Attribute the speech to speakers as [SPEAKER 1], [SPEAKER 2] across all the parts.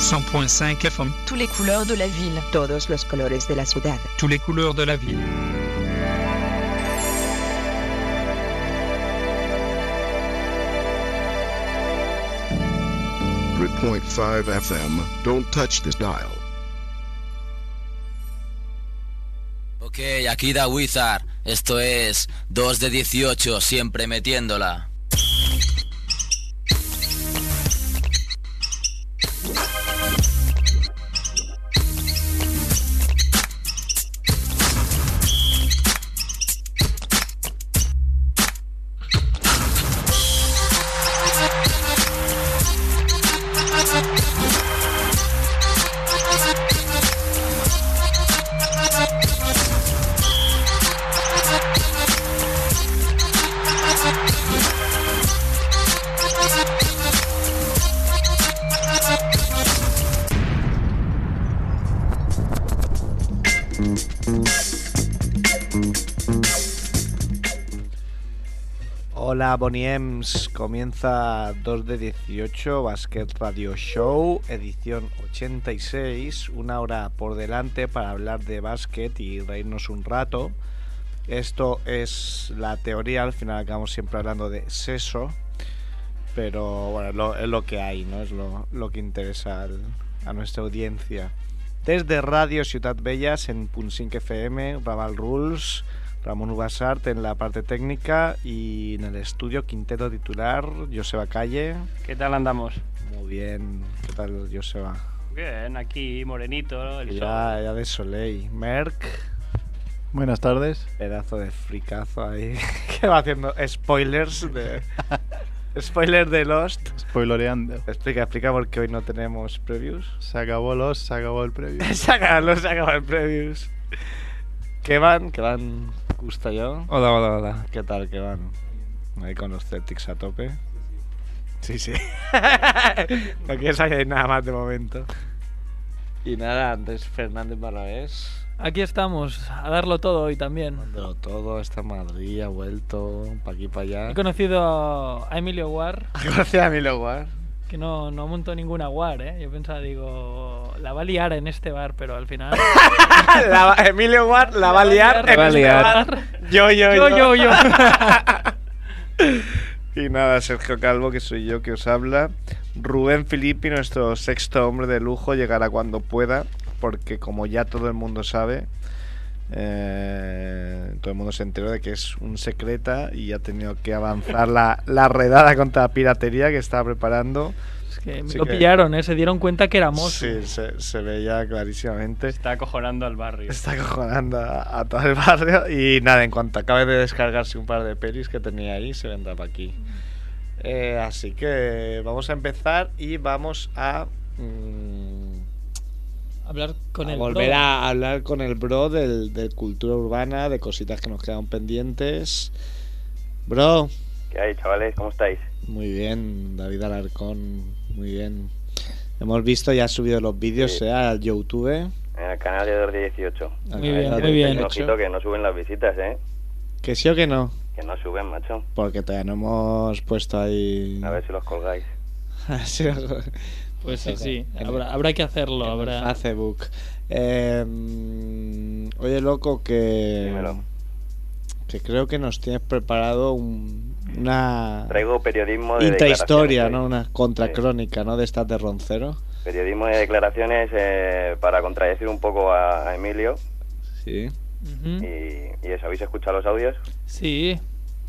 [SPEAKER 1] 100.5 FM.
[SPEAKER 2] Toutes les couleurs de la ville.
[SPEAKER 3] Todos los colores de la ciudad.
[SPEAKER 1] Tous les couleurs de la ville.
[SPEAKER 4] Point five FM. Don't touch this dial.
[SPEAKER 5] Ok, aquí da Wizard. Esto es 2 de 18, siempre metiéndola.
[SPEAKER 6] Hola Boniems, comienza 2 de 18 Basket Radio Show, edición 86, una hora por delante para hablar de básquet y reírnos un rato. Esto es la teoría, al final acabamos siempre hablando de seso, pero bueno, lo- es lo que hay, ¿no? Es lo, lo que interesa al- a nuestra audiencia. Desde Radio Ciudad Bellas en Punsink FM, Raval Rules, Ramón Ubasart en la parte técnica y en el estudio Quinteto titular, Joseba Calle.
[SPEAKER 7] ¿Qué tal andamos?
[SPEAKER 6] Muy bien, ¿qué tal Joseba?
[SPEAKER 7] Bien, aquí morenito, ¿no? el sol.
[SPEAKER 6] Ya, ya de Soleil. Merck,
[SPEAKER 8] Buenas tardes.
[SPEAKER 6] pedazo de fricazo ahí que va haciendo spoilers de... spoilers de Lost.
[SPEAKER 8] Spoiloreando.
[SPEAKER 6] Explica, explica por qué hoy no tenemos previews.
[SPEAKER 8] Se acabó los, se acabó el previo.
[SPEAKER 6] Sácalo, sácalo el previews. ¿Qué van? ¿Qué van? ¿Gusta yo?
[SPEAKER 1] Hola, hola, hola.
[SPEAKER 6] ¿Qué tal? ¿Qué van? Ahí con los Celtics a tope. Sí, sí. no quieres añadir nada más de momento. Y nada, antes Fernández Barrabés.
[SPEAKER 9] Aquí estamos, a darlo todo hoy también.
[SPEAKER 6] Dándolo todo, está en Madrid, ha vuelto, pa' aquí, pa' allá.
[SPEAKER 9] He conocido a Emilio War,
[SPEAKER 6] Conocía a Milo Guar.
[SPEAKER 9] que no, no montó ninguna War, ¿eh? Yo pensaba, digo, la va a liar en este bar, pero al final...
[SPEAKER 6] La va- Emilio Guar la va a liar. en
[SPEAKER 9] la
[SPEAKER 6] este bar. Yo, yo,
[SPEAKER 9] Yo, yo, yo.
[SPEAKER 6] Y nada, Sergio Calvo, que soy yo que os habla. Rubén Filippi, nuestro sexto hombre de lujo, llegará cuando pueda, porque como ya todo el mundo sabe, eh, todo el mundo se enteró de que es un secreta y ha tenido que avanzar la, la redada contra la piratería que estaba preparando.
[SPEAKER 9] Es que me
[SPEAKER 6] Sí
[SPEAKER 9] lo
[SPEAKER 6] que-
[SPEAKER 9] pillaron, ¿eh? Se dieron cuenta que éramos...
[SPEAKER 6] Sí, se, se veía clarísimamente.
[SPEAKER 7] Está acojonando al barrio.
[SPEAKER 6] Está acojonando a, a todo el barrio. Y nada, en cuanto acabe de descargarse un par de pelis que tenía ahí, se vendrá para aquí. Eh, así que vamos a empezar y vamos a. mm,
[SPEAKER 9] Hablar con
[SPEAKER 6] a
[SPEAKER 9] el
[SPEAKER 6] volver
[SPEAKER 9] bro.
[SPEAKER 6] a hablar con el bro del, de cultura urbana, de cositas que nos quedan pendientes. Bro,
[SPEAKER 10] ¿Qué hay, chavales? ¿Cómo estáis?
[SPEAKER 6] muy bien, David Alarcón, muy bien. Hemos visto, ya has subido los vídeos
[SPEAKER 10] Sí.
[SPEAKER 6] eh, al YouTube.
[SPEAKER 10] En el canal de 2 de 18.
[SPEAKER 6] al
[SPEAKER 9] Muy
[SPEAKER 6] canal
[SPEAKER 9] bien,
[SPEAKER 6] de
[SPEAKER 9] muy bien.
[SPEAKER 10] Un
[SPEAKER 6] 18.
[SPEAKER 10] ojito que no suben las visitas, ¿eh?
[SPEAKER 6] Que sí o que no.
[SPEAKER 10] Que no suben, macho.
[SPEAKER 6] Porque todavía no hemos puesto ahí.
[SPEAKER 10] A ver si los colgáis.
[SPEAKER 6] Sí, algo-
[SPEAKER 9] Pues sí,
[SPEAKER 6] Ajá.
[SPEAKER 9] sí,
[SPEAKER 6] En el-
[SPEAKER 9] habrá, habrá que hacerlo,
[SPEAKER 6] en el
[SPEAKER 9] habrá...
[SPEAKER 6] Facebook. Eh, oye, loco, que.
[SPEAKER 10] Dímelo.
[SPEAKER 6] Que creo que nos tienes preparado un- una.
[SPEAKER 10] Traigo periodismo de
[SPEAKER 6] Intrahistoria,
[SPEAKER 10] declaraciones
[SPEAKER 6] ¿no?
[SPEAKER 10] hoy.
[SPEAKER 6] Una contracrónica, ¿no? De estas de Roncero.
[SPEAKER 10] Periodismo de declaraciones eh, para contradecir un poco a, a Emilio.
[SPEAKER 6] Sí.
[SPEAKER 9] Ujú.
[SPEAKER 10] Y, y eso, ¿habéis escuchado los audios?
[SPEAKER 9] Sí.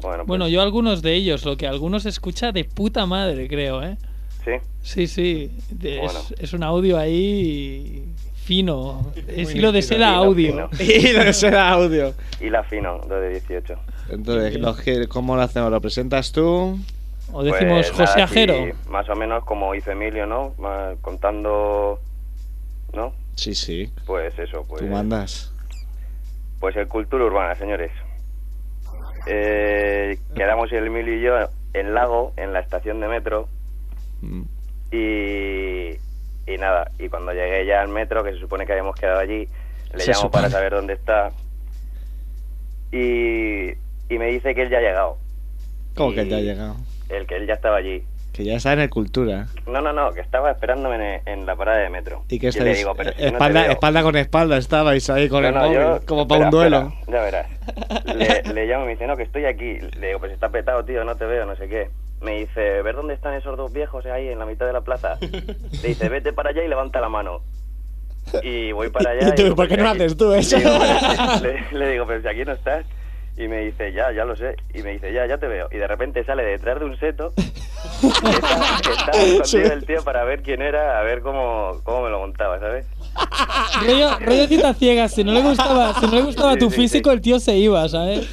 [SPEAKER 10] Bueno, pues,
[SPEAKER 9] Bueno, yo algunos de ellos, lo que algunos escucha de puta madre, creo, ¿eh?
[SPEAKER 10] Sí.
[SPEAKER 9] Sí, sí. de-
[SPEAKER 10] Bueno.
[SPEAKER 9] es, es un audio ahí fino. Es hilo de seda
[SPEAKER 10] fino,
[SPEAKER 9] audio.
[SPEAKER 10] fino.
[SPEAKER 6] y lo que será audio.
[SPEAKER 10] Y la fino, 2 de 18.
[SPEAKER 6] Entonces,
[SPEAKER 9] Bien.
[SPEAKER 6] los que- ¿cómo lo hacemos? ¿Lo presentas tú?
[SPEAKER 9] O decimos
[SPEAKER 10] Pues nada,
[SPEAKER 9] José Ajero.
[SPEAKER 10] sí, más o menos como hizo Emilio, ¿no? Ma- Contando. ¿No?
[SPEAKER 6] Sí, sí.
[SPEAKER 10] Pues eso, pues.
[SPEAKER 6] Tú mandas.
[SPEAKER 10] Pues el cultura urbana, señores. Eh, quedamos el Emilio y yo en Lago, en la estación de metro,
[SPEAKER 6] Mm.
[SPEAKER 10] y, y nada, y cuando llegué ya al metro, que se supone que habíamos quedado allí, le
[SPEAKER 6] Se
[SPEAKER 10] llamo
[SPEAKER 6] supone.
[SPEAKER 10] para saber dónde está, y, y me dice que él ya ha llegado,
[SPEAKER 6] ¿Cómo que
[SPEAKER 10] Y-
[SPEAKER 6] ya ha llegado?
[SPEAKER 10] el que él ya estaba allí.
[SPEAKER 6] Que ya está en el Cultura.
[SPEAKER 10] No, no, no, que estaba esperándome en, en la parada de metro.
[SPEAKER 6] Y que
[SPEAKER 10] le
[SPEAKER 6] estáis
[SPEAKER 10] digo, pero si no te
[SPEAKER 6] espalda,
[SPEAKER 10] veo.
[SPEAKER 6] espalda con espalda estabais ahí con
[SPEAKER 10] No,
[SPEAKER 6] el
[SPEAKER 10] no,
[SPEAKER 6] móvil,
[SPEAKER 10] yo-
[SPEAKER 6] como para
[SPEAKER 10] espera,
[SPEAKER 6] un duelo.
[SPEAKER 10] espera, ya verás. Le, le llamo y me dice, no, que estoy aquí. Le digo, pues está petado, tío, no te veo, no sé qué. Me dice, ¿ver dónde están esos dos viejos ahí en la mitad de la plaza? Le dice, vete para allá y levanta la mano. Y voy para allá.
[SPEAKER 6] Y tú,
[SPEAKER 10] digo,
[SPEAKER 6] ¿por
[SPEAKER 10] "Pero
[SPEAKER 6] qué no
[SPEAKER 10] si aquí-".
[SPEAKER 6] haces tú
[SPEAKER 10] Le
[SPEAKER 6] eso?
[SPEAKER 10] digo, "Pero si- Le, le digo, pero si aquí no estás. Y me dice, ya, ya lo sé. Y me dice, ya, ya te veo. Y de repente sale detrás de un seto. y Estaba estaba escondido el tío para ver quién era, a ver cómo, cómo me lo montaba, ¿sabes?
[SPEAKER 2] Rollo, rollo cita ciega, si no le gustaba, si no le gustaba
[SPEAKER 10] Sí,
[SPEAKER 2] tu
[SPEAKER 10] sí,
[SPEAKER 2] físico,
[SPEAKER 10] sí.
[SPEAKER 2] el tío se iba, ¿sabes?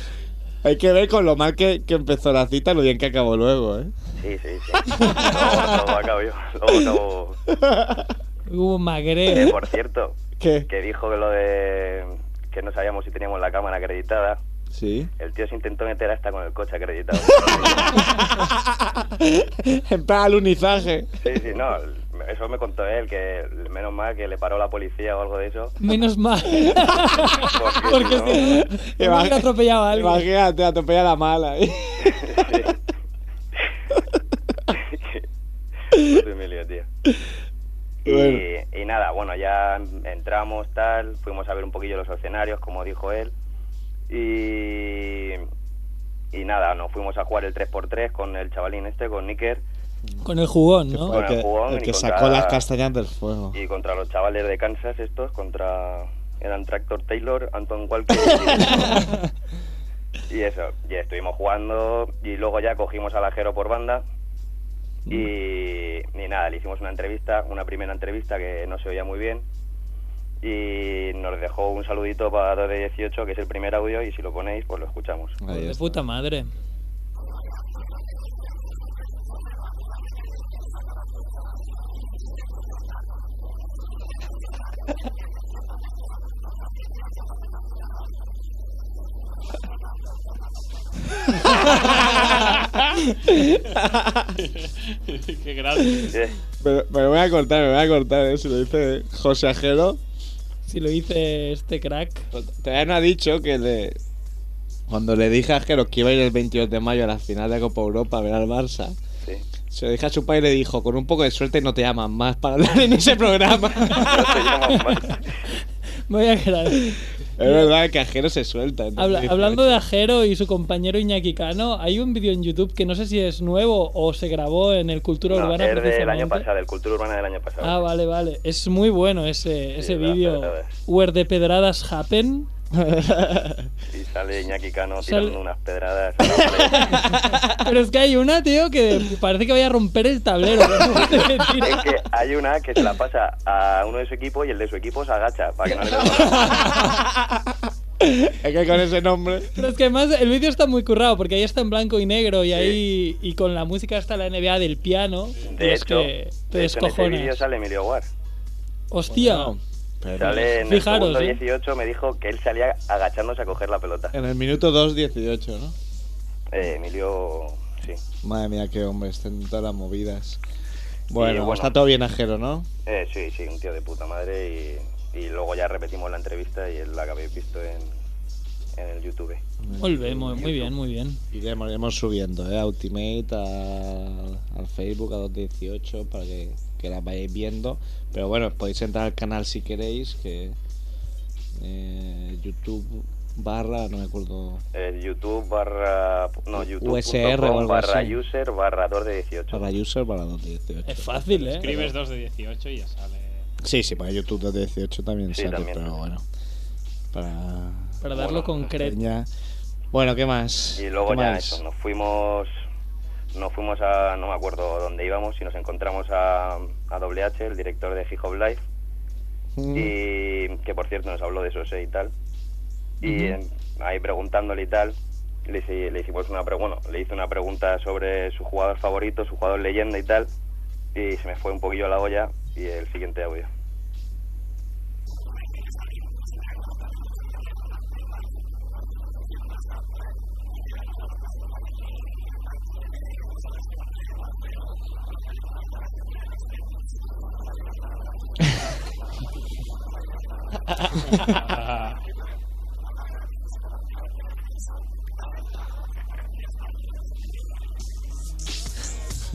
[SPEAKER 6] Hay que ver con lo mal que, que empezó la cita y lo bien que acabó luego, ¿eh?
[SPEAKER 10] Sí, sí, sí. Luego, luego acabo yo. Luego acabo-
[SPEAKER 2] Hubo un
[SPEAKER 10] Eh,
[SPEAKER 2] magreo.
[SPEAKER 10] por cierto,
[SPEAKER 6] ¿Qué?
[SPEAKER 10] que dijo que lo de que no sabíamos si teníamos la cámara acreditada.
[SPEAKER 6] Sí.
[SPEAKER 10] El tío se intentó meter hasta con el coche acreditado.
[SPEAKER 6] ¿eh? en plan alunizaje.
[SPEAKER 10] Sí, sí, no. Eso me contó él, que menos mal que le paró la policía o algo de eso.
[SPEAKER 2] Menos mal. Porque
[SPEAKER 10] no-
[SPEAKER 2] si no, me hubiera atropellado a alguien.
[SPEAKER 6] Imagínate, atropella la mala.
[SPEAKER 10] Puto Emilio, tío. Y,
[SPEAKER 6] Bueno.
[SPEAKER 10] y nada, bueno, ya entramos, tal, fuimos a ver un poquillo los escenarios, como dijo él. Y, y nada, nos fuimos a jugar el 3x3 con el chavalín este, con Nicker,
[SPEAKER 2] Con el jugón,
[SPEAKER 6] Que
[SPEAKER 2] ¿no?
[SPEAKER 6] fue el
[SPEAKER 10] Bueno,
[SPEAKER 6] que,
[SPEAKER 10] jugón
[SPEAKER 6] el
[SPEAKER 10] y
[SPEAKER 6] que
[SPEAKER 10] con
[SPEAKER 6] sacó
[SPEAKER 10] cada-
[SPEAKER 6] las castañas del fuego.
[SPEAKER 10] y contra los chavales de Kansas estos, contra... Eran Tractor Taylor, Anton Walker y- y, eso. Y estuvimos jugando y luego ya cogimos al ajero por banda. Y, y nada, le hicimos una entrevista, una primera entrevista que no se oía muy bien. Y nos dejó un saludito para 2 de 18, que es el primer audio, y si lo ponéis, pues lo escuchamos.
[SPEAKER 6] Ahí
[SPEAKER 2] De
[SPEAKER 6] está.
[SPEAKER 2] puta madre.
[SPEAKER 7] Qué grande.
[SPEAKER 10] Sí,
[SPEAKER 6] Pero- Me, lo voy a cortar, me voy a cortar, ¿eh? Si lo dice José Ajero.
[SPEAKER 2] Si lo hice este crack.
[SPEAKER 6] Todavía no ha dicho que le. Cuando le dije a Ajero que iba a ir el 22 de mayo a la final de Copa Europa a ver al Barça,
[SPEAKER 10] sí.
[SPEAKER 6] se lo dije a su padre y le dijo: Con un poco de suerte no te llaman más para hablar en ese programa.
[SPEAKER 10] No te llamas más.
[SPEAKER 2] Me voy a quedar.
[SPEAKER 6] es verdad que Ajero se suelta. ¿no?
[SPEAKER 2] Habla-
[SPEAKER 6] Dice,
[SPEAKER 2] hablando de Ajero y su compañero Iñaki Cano, hay un vídeo en YouTube que no sé si es nuevo o se grabó en el Cultura
[SPEAKER 10] No,
[SPEAKER 2] Urbana
[SPEAKER 10] es del año
[SPEAKER 2] precisamente.
[SPEAKER 10] pasado, el Cultura Urbana del año pasado.
[SPEAKER 2] Ah, vale, vale. Es muy bueno ese, ese
[SPEAKER 10] verdad,
[SPEAKER 2] vídeo.
[SPEAKER 10] verdad.
[SPEAKER 2] Where the pedradas happen.
[SPEAKER 10] Y sale Iñaki Cano
[SPEAKER 2] Sale-
[SPEAKER 10] tirando unas pedradas.
[SPEAKER 2] Pero es que hay una, tío, que parece que vaya a romper el tablero. ¿no? Que
[SPEAKER 10] es
[SPEAKER 2] tira.
[SPEAKER 10] que hay una que se la pasa a uno de su equipo y el de su equipo se agacha para que no le vea.
[SPEAKER 6] Es que con ese nombre.
[SPEAKER 2] Pero es que además el vídeo está muy currado porque ahí está en blanco y negro y ahí y con la música está la NBA del piano. y
[SPEAKER 10] De
[SPEAKER 2] es
[SPEAKER 10] hecho,
[SPEAKER 2] que te
[SPEAKER 10] de hecho, en ese
[SPEAKER 2] descojonas.
[SPEAKER 10] vídeo sale Emilio Guar.
[SPEAKER 2] Hostia.
[SPEAKER 10] Sale en el
[SPEAKER 2] Fijaros,
[SPEAKER 10] segundo
[SPEAKER 2] ¿eh?
[SPEAKER 10] 18 me dijo que él salía agachándose a coger la pelota.
[SPEAKER 6] En el minuto 2.18, ¿no?
[SPEAKER 10] Eh, Emilio, sí.
[SPEAKER 6] Madre mía, qué hombre, están todas las movidas.
[SPEAKER 10] Y,
[SPEAKER 6] Bueno, pues
[SPEAKER 10] bueno.
[SPEAKER 6] está todo bien ajero, ¿no?
[SPEAKER 10] Eh, sí, sí, un tío de puta madre y, y luego ya repetimos la entrevista y es la que habéis visto en, en el YouTube.
[SPEAKER 2] Volvemos, muy bien, muy bien.
[SPEAKER 6] Iremos, iremos subiendo, ¿eh? A Ultimate, a- al Facebook, a 218, para que, que las vayáis viendo. Pero bueno, podéis entrar al canal si queréis, que eh, YouTube barra, no me acuerdo,
[SPEAKER 10] Eh, YouTube barra... No, YouTube.
[SPEAKER 6] USR o algo
[SPEAKER 10] barra
[SPEAKER 6] así.
[SPEAKER 10] user barra 2 de 18.
[SPEAKER 6] barra user, barra 218.
[SPEAKER 2] Es fácil, ¿eh?
[SPEAKER 7] Escribes 2 de 18 y ya sale.
[SPEAKER 6] Sí, sí, para YouTube 218 también
[SPEAKER 10] Sí,
[SPEAKER 6] sale,
[SPEAKER 10] también.
[SPEAKER 6] pero bueno. Para...
[SPEAKER 2] Para darlo concreto.
[SPEAKER 6] Peña. Bueno, ¿qué más?
[SPEAKER 10] Y luego
[SPEAKER 6] ¿Qué
[SPEAKER 10] ya
[SPEAKER 6] más?
[SPEAKER 10] eso, nos fuimos nos fuimos a, no me acuerdo dónde íbamos, y nos encontramos a, a WH, el director de Hip Hop Live,
[SPEAKER 6] Mm.
[SPEAKER 10] E, y que por cierto nos habló de Sose y tal. Y eh, ahí preguntándole y tal, le, hice- le hicimos una pre- bueno, le hice una pregunta sobre su jugador favorito, su jugador leyenda y tal, y se me fue un poquillo la olla y el siguiente audio.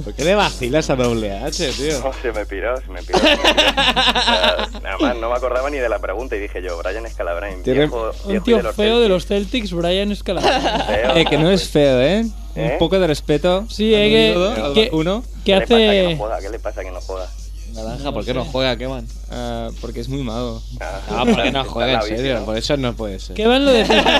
[SPEAKER 6] ¿Por qué le vacilas a doble H, tío?
[SPEAKER 10] No, se me piró, se me piró. se me piró. O sea, nada más, no me acordaba ni de la pregunta y dije yo, Brian Scalabrine,
[SPEAKER 6] Tiene-
[SPEAKER 10] viejo,
[SPEAKER 9] Un
[SPEAKER 10] viejo
[SPEAKER 9] tío
[SPEAKER 10] de los
[SPEAKER 9] feo de los Celtics, Brian Scalabrine.
[SPEAKER 10] Celtics,
[SPEAKER 6] Eh, que no es feo, ¿eh?
[SPEAKER 10] ¿Eh?
[SPEAKER 6] Un poco de respeto.
[SPEAKER 9] Sí,
[SPEAKER 6] al
[SPEAKER 9] eh,
[SPEAKER 6] menudo,
[SPEAKER 9] que-
[SPEAKER 6] al
[SPEAKER 9] que-
[SPEAKER 6] vacuno.
[SPEAKER 9] Que
[SPEAKER 10] ¿Qué le pasa que no
[SPEAKER 9] hace.
[SPEAKER 10] juega? ¿Qué le pasa que no juega?
[SPEAKER 6] Naranja,
[SPEAKER 9] No
[SPEAKER 6] ¿por qué no
[SPEAKER 9] sé.
[SPEAKER 6] juega, Keman? Ah, porque es muy mago.
[SPEAKER 10] Ah,
[SPEAKER 6] Ah, porque
[SPEAKER 10] está
[SPEAKER 6] no juega, en
[SPEAKER 10] la bici,
[SPEAKER 6] serio.
[SPEAKER 10] ¿no?
[SPEAKER 6] Por eso no puede ser.
[SPEAKER 9] Kevan lo defiende.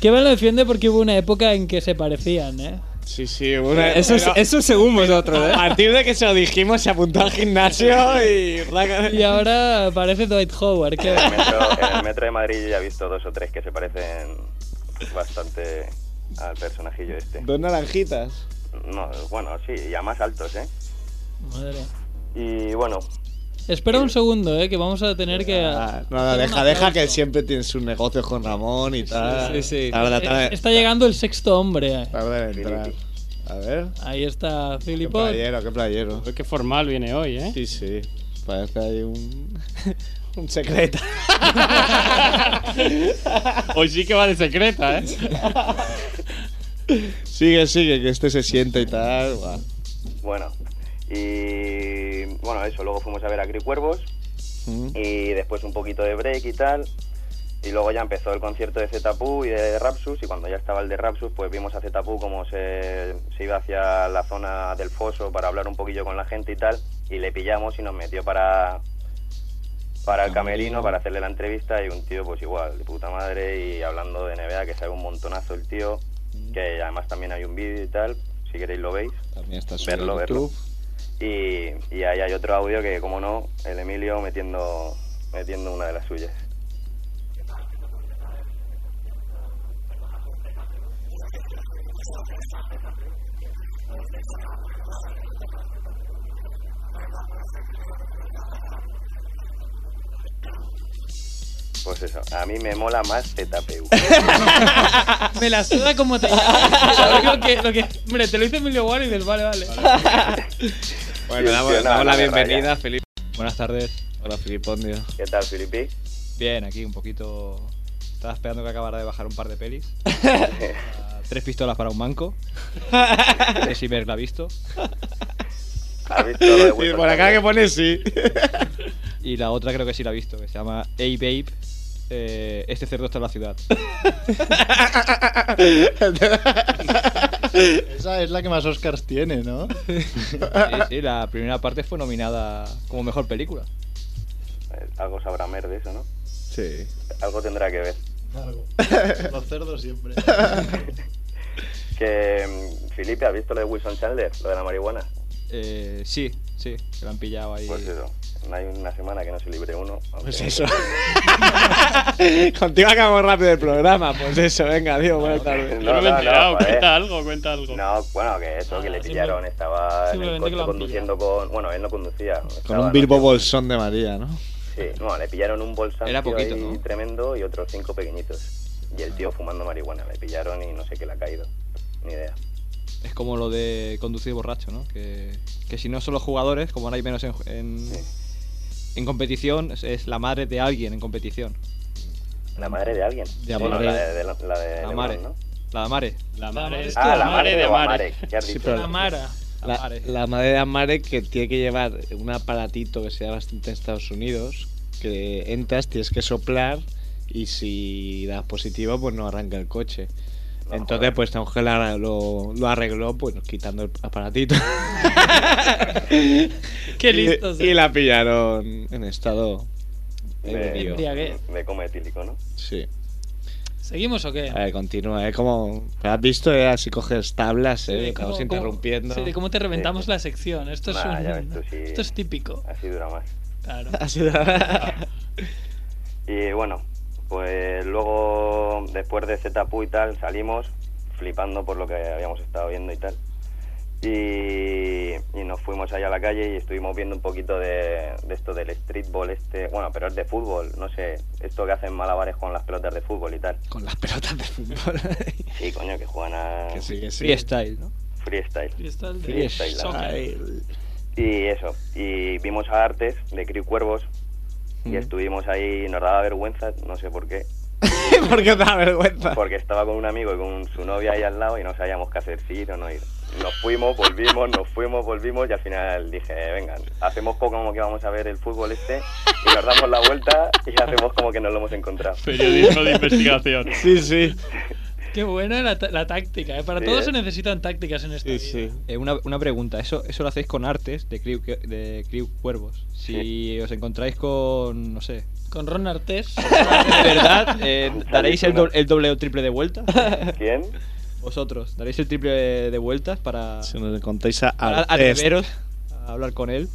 [SPEAKER 9] Kevan lo defiende porque hubo una época en que se parecían, ¿eh?
[SPEAKER 6] Sí, sí, una-
[SPEAKER 9] Eso es-
[SPEAKER 6] pero-
[SPEAKER 11] Eso según vosotros, ¿eh?
[SPEAKER 6] A partir de que se lo dijimos, se apuntó al gimnasio y.
[SPEAKER 9] Y ahora parece Dwight Howard.
[SPEAKER 10] En el,
[SPEAKER 9] Kevan.
[SPEAKER 10] metro, en el metro de Madrid yo ya he visto dos o tres que se parecen bastante al personajillo este.
[SPEAKER 6] Dos naranjitas.
[SPEAKER 10] No, bueno, sí, y a más altos, ¿eh?
[SPEAKER 9] Madre.
[SPEAKER 10] Y bueno,
[SPEAKER 9] Espera un segundo, ¿eh? Que vamos a tener que.
[SPEAKER 6] Ah, no, no,
[SPEAKER 9] hacer
[SPEAKER 6] deja,
[SPEAKER 9] un
[SPEAKER 6] deja que Ah,
[SPEAKER 9] aplauso.
[SPEAKER 6] siempre tienes un negocio con Ramón y tal.
[SPEAKER 11] sí, sí.
[SPEAKER 6] Tarda, tarda-
[SPEAKER 9] Eh, Está llegando el sexto hombre. eh.
[SPEAKER 6] tarda en entrar. A ver.
[SPEAKER 9] Ahí está
[SPEAKER 6] Qué
[SPEAKER 9] Filipot.
[SPEAKER 6] playero, qué playero.
[SPEAKER 7] Qué formal viene hoy, ¿eh?
[SPEAKER 6] Sí, sí. Parece ahí un. un secreto.
[SPEAKER 7] Hoy sí que va de secreta, ¿eh?
[SPEAKER 6] Sigue, sigue, que este se sienta y tal. Buah.
[SPEAKER 10] bueno. Y bueno, eso, luego fuimos a ver a Cri Cuervos
[SPEAKER 6] Mm.
[SPEAKER 10] y después un poquito de break y tal. Y luego ya empezó el concierto de Zetapu y de Rapsus y cuando ya estaba el de Rapsus pues vimos a Zetapu como se, se iba hacia la zona del foso para hablar un poquillo con la gente y tal y le pillamos y nos metió para para el camerino para hacerle la entrevista y un tío pues igual de puta madre y hablando de NBA que sabe un montonazo el tío que además también hay un vídeo y tal si queréis lo veis
[SPEAKER 6] También está
[SPEAKER 10] Verlo,
[SPEAKER 6] subido en
[SPEAKER 10] verlo.
[SPEAKER 6] YouTube.
[SPEAKER 10] y, y ahí hay otro audio que como no el Emilio metiendo metiendo una de las suyas Pues eso, a mí me mola más ZPU.
[SPEAKER 9] Me la suda como te llamas. lo que, lo que, hombre, te lo dice Emilio Warren y dices, vale, vale.
[SPEAKER 6] Bueno,
[SPEAKER 10] Sí,
[SPEAKER 6] damos,
[SPEAKER 10] sí, no,
[SPEAKER 6] damos
[SPEAKER 10] no
[SPEAKER 6] la
[SPEAKER 10] me
[SPEAKER 6] bienvenida,
[SPEAKER 10] raya.
[SPEAKER 6] Felipe. Buenas tardes. Hola, Filipondio.
[SPEAKER 10] ¿Qué tal, Filipe?
[SPEAKER 11] Bien, aquí un poquito. Estaba esperando que acabara de bajar un par de pelis. Ah, Tres pistolas para un manco. si ver la ha visto.
[SPEAKER 10] ¿Has visto lo de
[SPEAKER 6] Sí,
[SPEAKER 10] Wilson
[SPEAKER 6] por acá
[SPEAKER 10] Chandler?
[SPEAKER 6] que pone sí.
[SPEAKER 11] Y la otra creo que sí la ha visto, que se llama Hey Babe. eh, este cerdo está en la ciudad.
[SPEAKER 8] Esa es la que más Oscars tiene, ¿no?
[SPEAKER 11] Sí, sí, la primera parte fue nominada como mejor película.
[SPEAKER 10] Eh, Algo sabrá Mer de eso, ¿no?
[SPEAKER 6] Sí.
[SPEAKER 10] Algo tendrá que ver.
[SPEAKER 8] Los cerdos siempre.
[SPEAKER 10] Que mm, Felipe, ¿has visto lo de Wilson Chandler? Lo de la marihuana.
[SPEAKER 11] Eh, sí, sí, que la han pillado ahí.
[SPEAKER 10] Pues eso. no Hay una semana que no se libre uno. aunque-
[SPEAKER 6] Pues eso. Contigo acabamos rápido el programa. Pues eso, venga, adiós, buenas tardes.
[SPEAKER 7] Yo no me he
[SPEAKER 10] no,
[SPEAKER 7] enterado.
[SPEAKER 10] joder.
[SPEAKER 7] cuenta algo, cuenta algo. Ah,
[SPEAKER 10] No, bueno, que eso, que le
[SPEAKER 9] simple-
[SPEAKER 10] pillaron. Estaba en el
[SPEAKER 9] simplemente que lo
[SPEAKER 10] coche
[SPEAKER 9] han
[SPEAKER 10] conduciendo con. Bueno, él no conducía.
[SPEAKER 6] Con
[SPEAKER 10] estaba,
[SPEAKER 6] un
[SPEAKER 10] no
[SPEAKER 6] Bilbo
[SPEAKER 10] sé.
[SPEAKER 6] Bolsón de María, ¿no?
[SPEAKER 10] Sí, no, le pillaron un bolsán
[SPEAKER 11] Era
[SPEAKER 10] tío,
[SPEAKER 11] poquito,
[SPEAKER 10] ahí
[SPEAKER 11] ¿no?
[SPEAKER 10] tremendo y otros cinco pequeñitos. Y el tío fumando marihuana. Le pillaron y no sé qué le ha caído. Ni idea.
[SPEAKER 11] Es como lo de conducir borracho, ¿no? Que, que si no son los jugadores, como ahora hay menos en, en,
[SPEAKER 10] Sí.
[SPEAKER 11] en competición, es, es la madre de alguien en competición.
[SPEAKER 10] La madre de alguien.
[SPEAKER 6] Ya
[SPEAKER 10] Bueno,
[SPEAKER 6] hablaré.
[SPEAKER 10] la de, de la, la de
[SPEAKER 11] La
[SPEAKER 10] Lebron,
[SPEAKER 11] madre.
[SPEAKER 10] ¿no?
[SPEAKER 11] La madre.
[SPEAKER 7] La madre,
[SPEAKER 10] Ah, la
[SPEAKER 7] madre
[SPEAKER 10] madre
[SPEAKER 7] de
[SPEAKER 10] de
[SPEAKER 7] Mare.
[SPEAKER 10] Amare. ¿Qué has
[SPEAKER 6] Sí,
[SPEAKER 10] dicho?
[SPEAKER 6] pero-
[SPEAKER 9] La Mara.
[SPEAKER 11] La
[SPEAKER 6] La,
[SPEAKER 11] madre.
[SPEAKER 6] la madre de Amare que tiene que llevar un aparatito que se da bastante en Estados Unidos, que entras, tienes que soplar y si das positivo, pues no arranca el coche.
[SPEAKER 10] No,
[SPEAKER 6] Entonces,
[SPEAKER 10] joder.
[SPEAKER 6] pues Angela lo, lo arregló, pues quitando el aparatito.
[SPEAKER 9] Qué
[SPEAKER 6] Y-
[SPEAKER 9] listos.
[SPEAKER 6] Y,
[SPEAKER 9] eh.
[SPEAKER 6] la pillaron en estado. ebrio.
[SPEAKER 9] Ebria. embriaguez.
[SPEAKER 10] me como etílico, ¿no?
[SPEAKER 6] Sí.
[SPEAKER 9] ¿Seguimos o qué?
[SPEAKER 6] A ver, continúa, ¿eh? Como. pero ¿Has visto? Eh? Así coges tablas,
[SPEAKER 9] Sí,
[SPEAKER 6] ¿eh?
[SPEAKER 9] de
[SPEAKER 6] Estamos
[SPEAKER 9] cómo- cómo-
[SPEAKER 6] interrumpiendo.
[SPEAKER 9] sí, de cómo te reventamos
[SPEAKER 10] Sí.
[SPEAKER 9] la sección. Esto es,
[SPEAKER 10] Nah,
[SPEAKER 9] un-
[SPEAKER 10] ya ves tú, sí.
[SPEAKER 9] esto es típico.
[SPEAKER 10] Así dura más.
[SPEAKER 9] Claro.
[SPEAKER 6] Así da-
[SPEAKER 10] Y bueno, pues luego, después de Zetapu y tal, salimos flipando por lo que habíamos estado viendo y tal. Y, y nos fuimos ahí a la calle y estuvimos viendo un poquito de, de esto del streetball, este, bueno, pero es de fútbol, no sé, esto que hacen malabares con las pelotas de fútbol y tal.
[SPEAKER 6] Con las pelotas de fútbol.
[SPEAKER 10] Sí, coño, que juegan a
[SPEAKER 6] que sí, que sí.
[SPEAKER 11] Freestyle, ¿no?
[SPEAKER 10] freestyle.
[SPEAKER 9] Y está el de-
[SPEAKER 10] Freestyle.
[SPEAKER 6] Ay,
[SPEAKER 10] Y eso, y vimos a Artes de Criu Cuervos y
[SPEAKER 6] Mm.
[SPEAKER 10] estuvimos ahí, y nos daba vergüenza, no sé por qué,
[SPEAKER 6] ¿Por qué te da vergüenza?
[SPEAKER 10] Porque estaba con un amigo y con su novia ahí al lado y no sabíamos qué hacer, si ir o no ir. nos fuimos, volvimos, nos fuimos, volvimos y al final dije, venga, hacemos como que vamos a ver el fútbol este y nos damos la vuelta y hacemos como que nos lo hemos encontrado.
[SPEAKER 9] Periodismo de investigación.
[SPEAKER 6] Sí, sí.
[SPEAKER 2] Qué buena la, ta- la táctica, ¿eh? Para
[SPEAKER 11] Sí,
[SPEAKER 2] todos
[SPEAKER 11] ¿eh?
[SPEAKER 2] se necesitan tácticas en esta vida.
[SPEAKER 11] Eh, una, una pregunta, eso, eso lo hacéis con artes de Crew, de Crew Cuervos. Si os encontráis con, no sé,
[SPEAKER 2] Con Ron Artés.
[SPEAKER 11] ¿de verdad? eh, ¿Daréis el, do- el doble o triple de vueltas?
[SPEAKER 10] ¿Quién?
[SPEAKER 11] Vosotros, ¿daréis el triple de, de vueltas para,
[SPEAKER 12] Si nos contáis a,
[SPEAKER 11] para
[SPEAKER 12] Artes.
[SPEAKER 11] atreveros a hablar con él?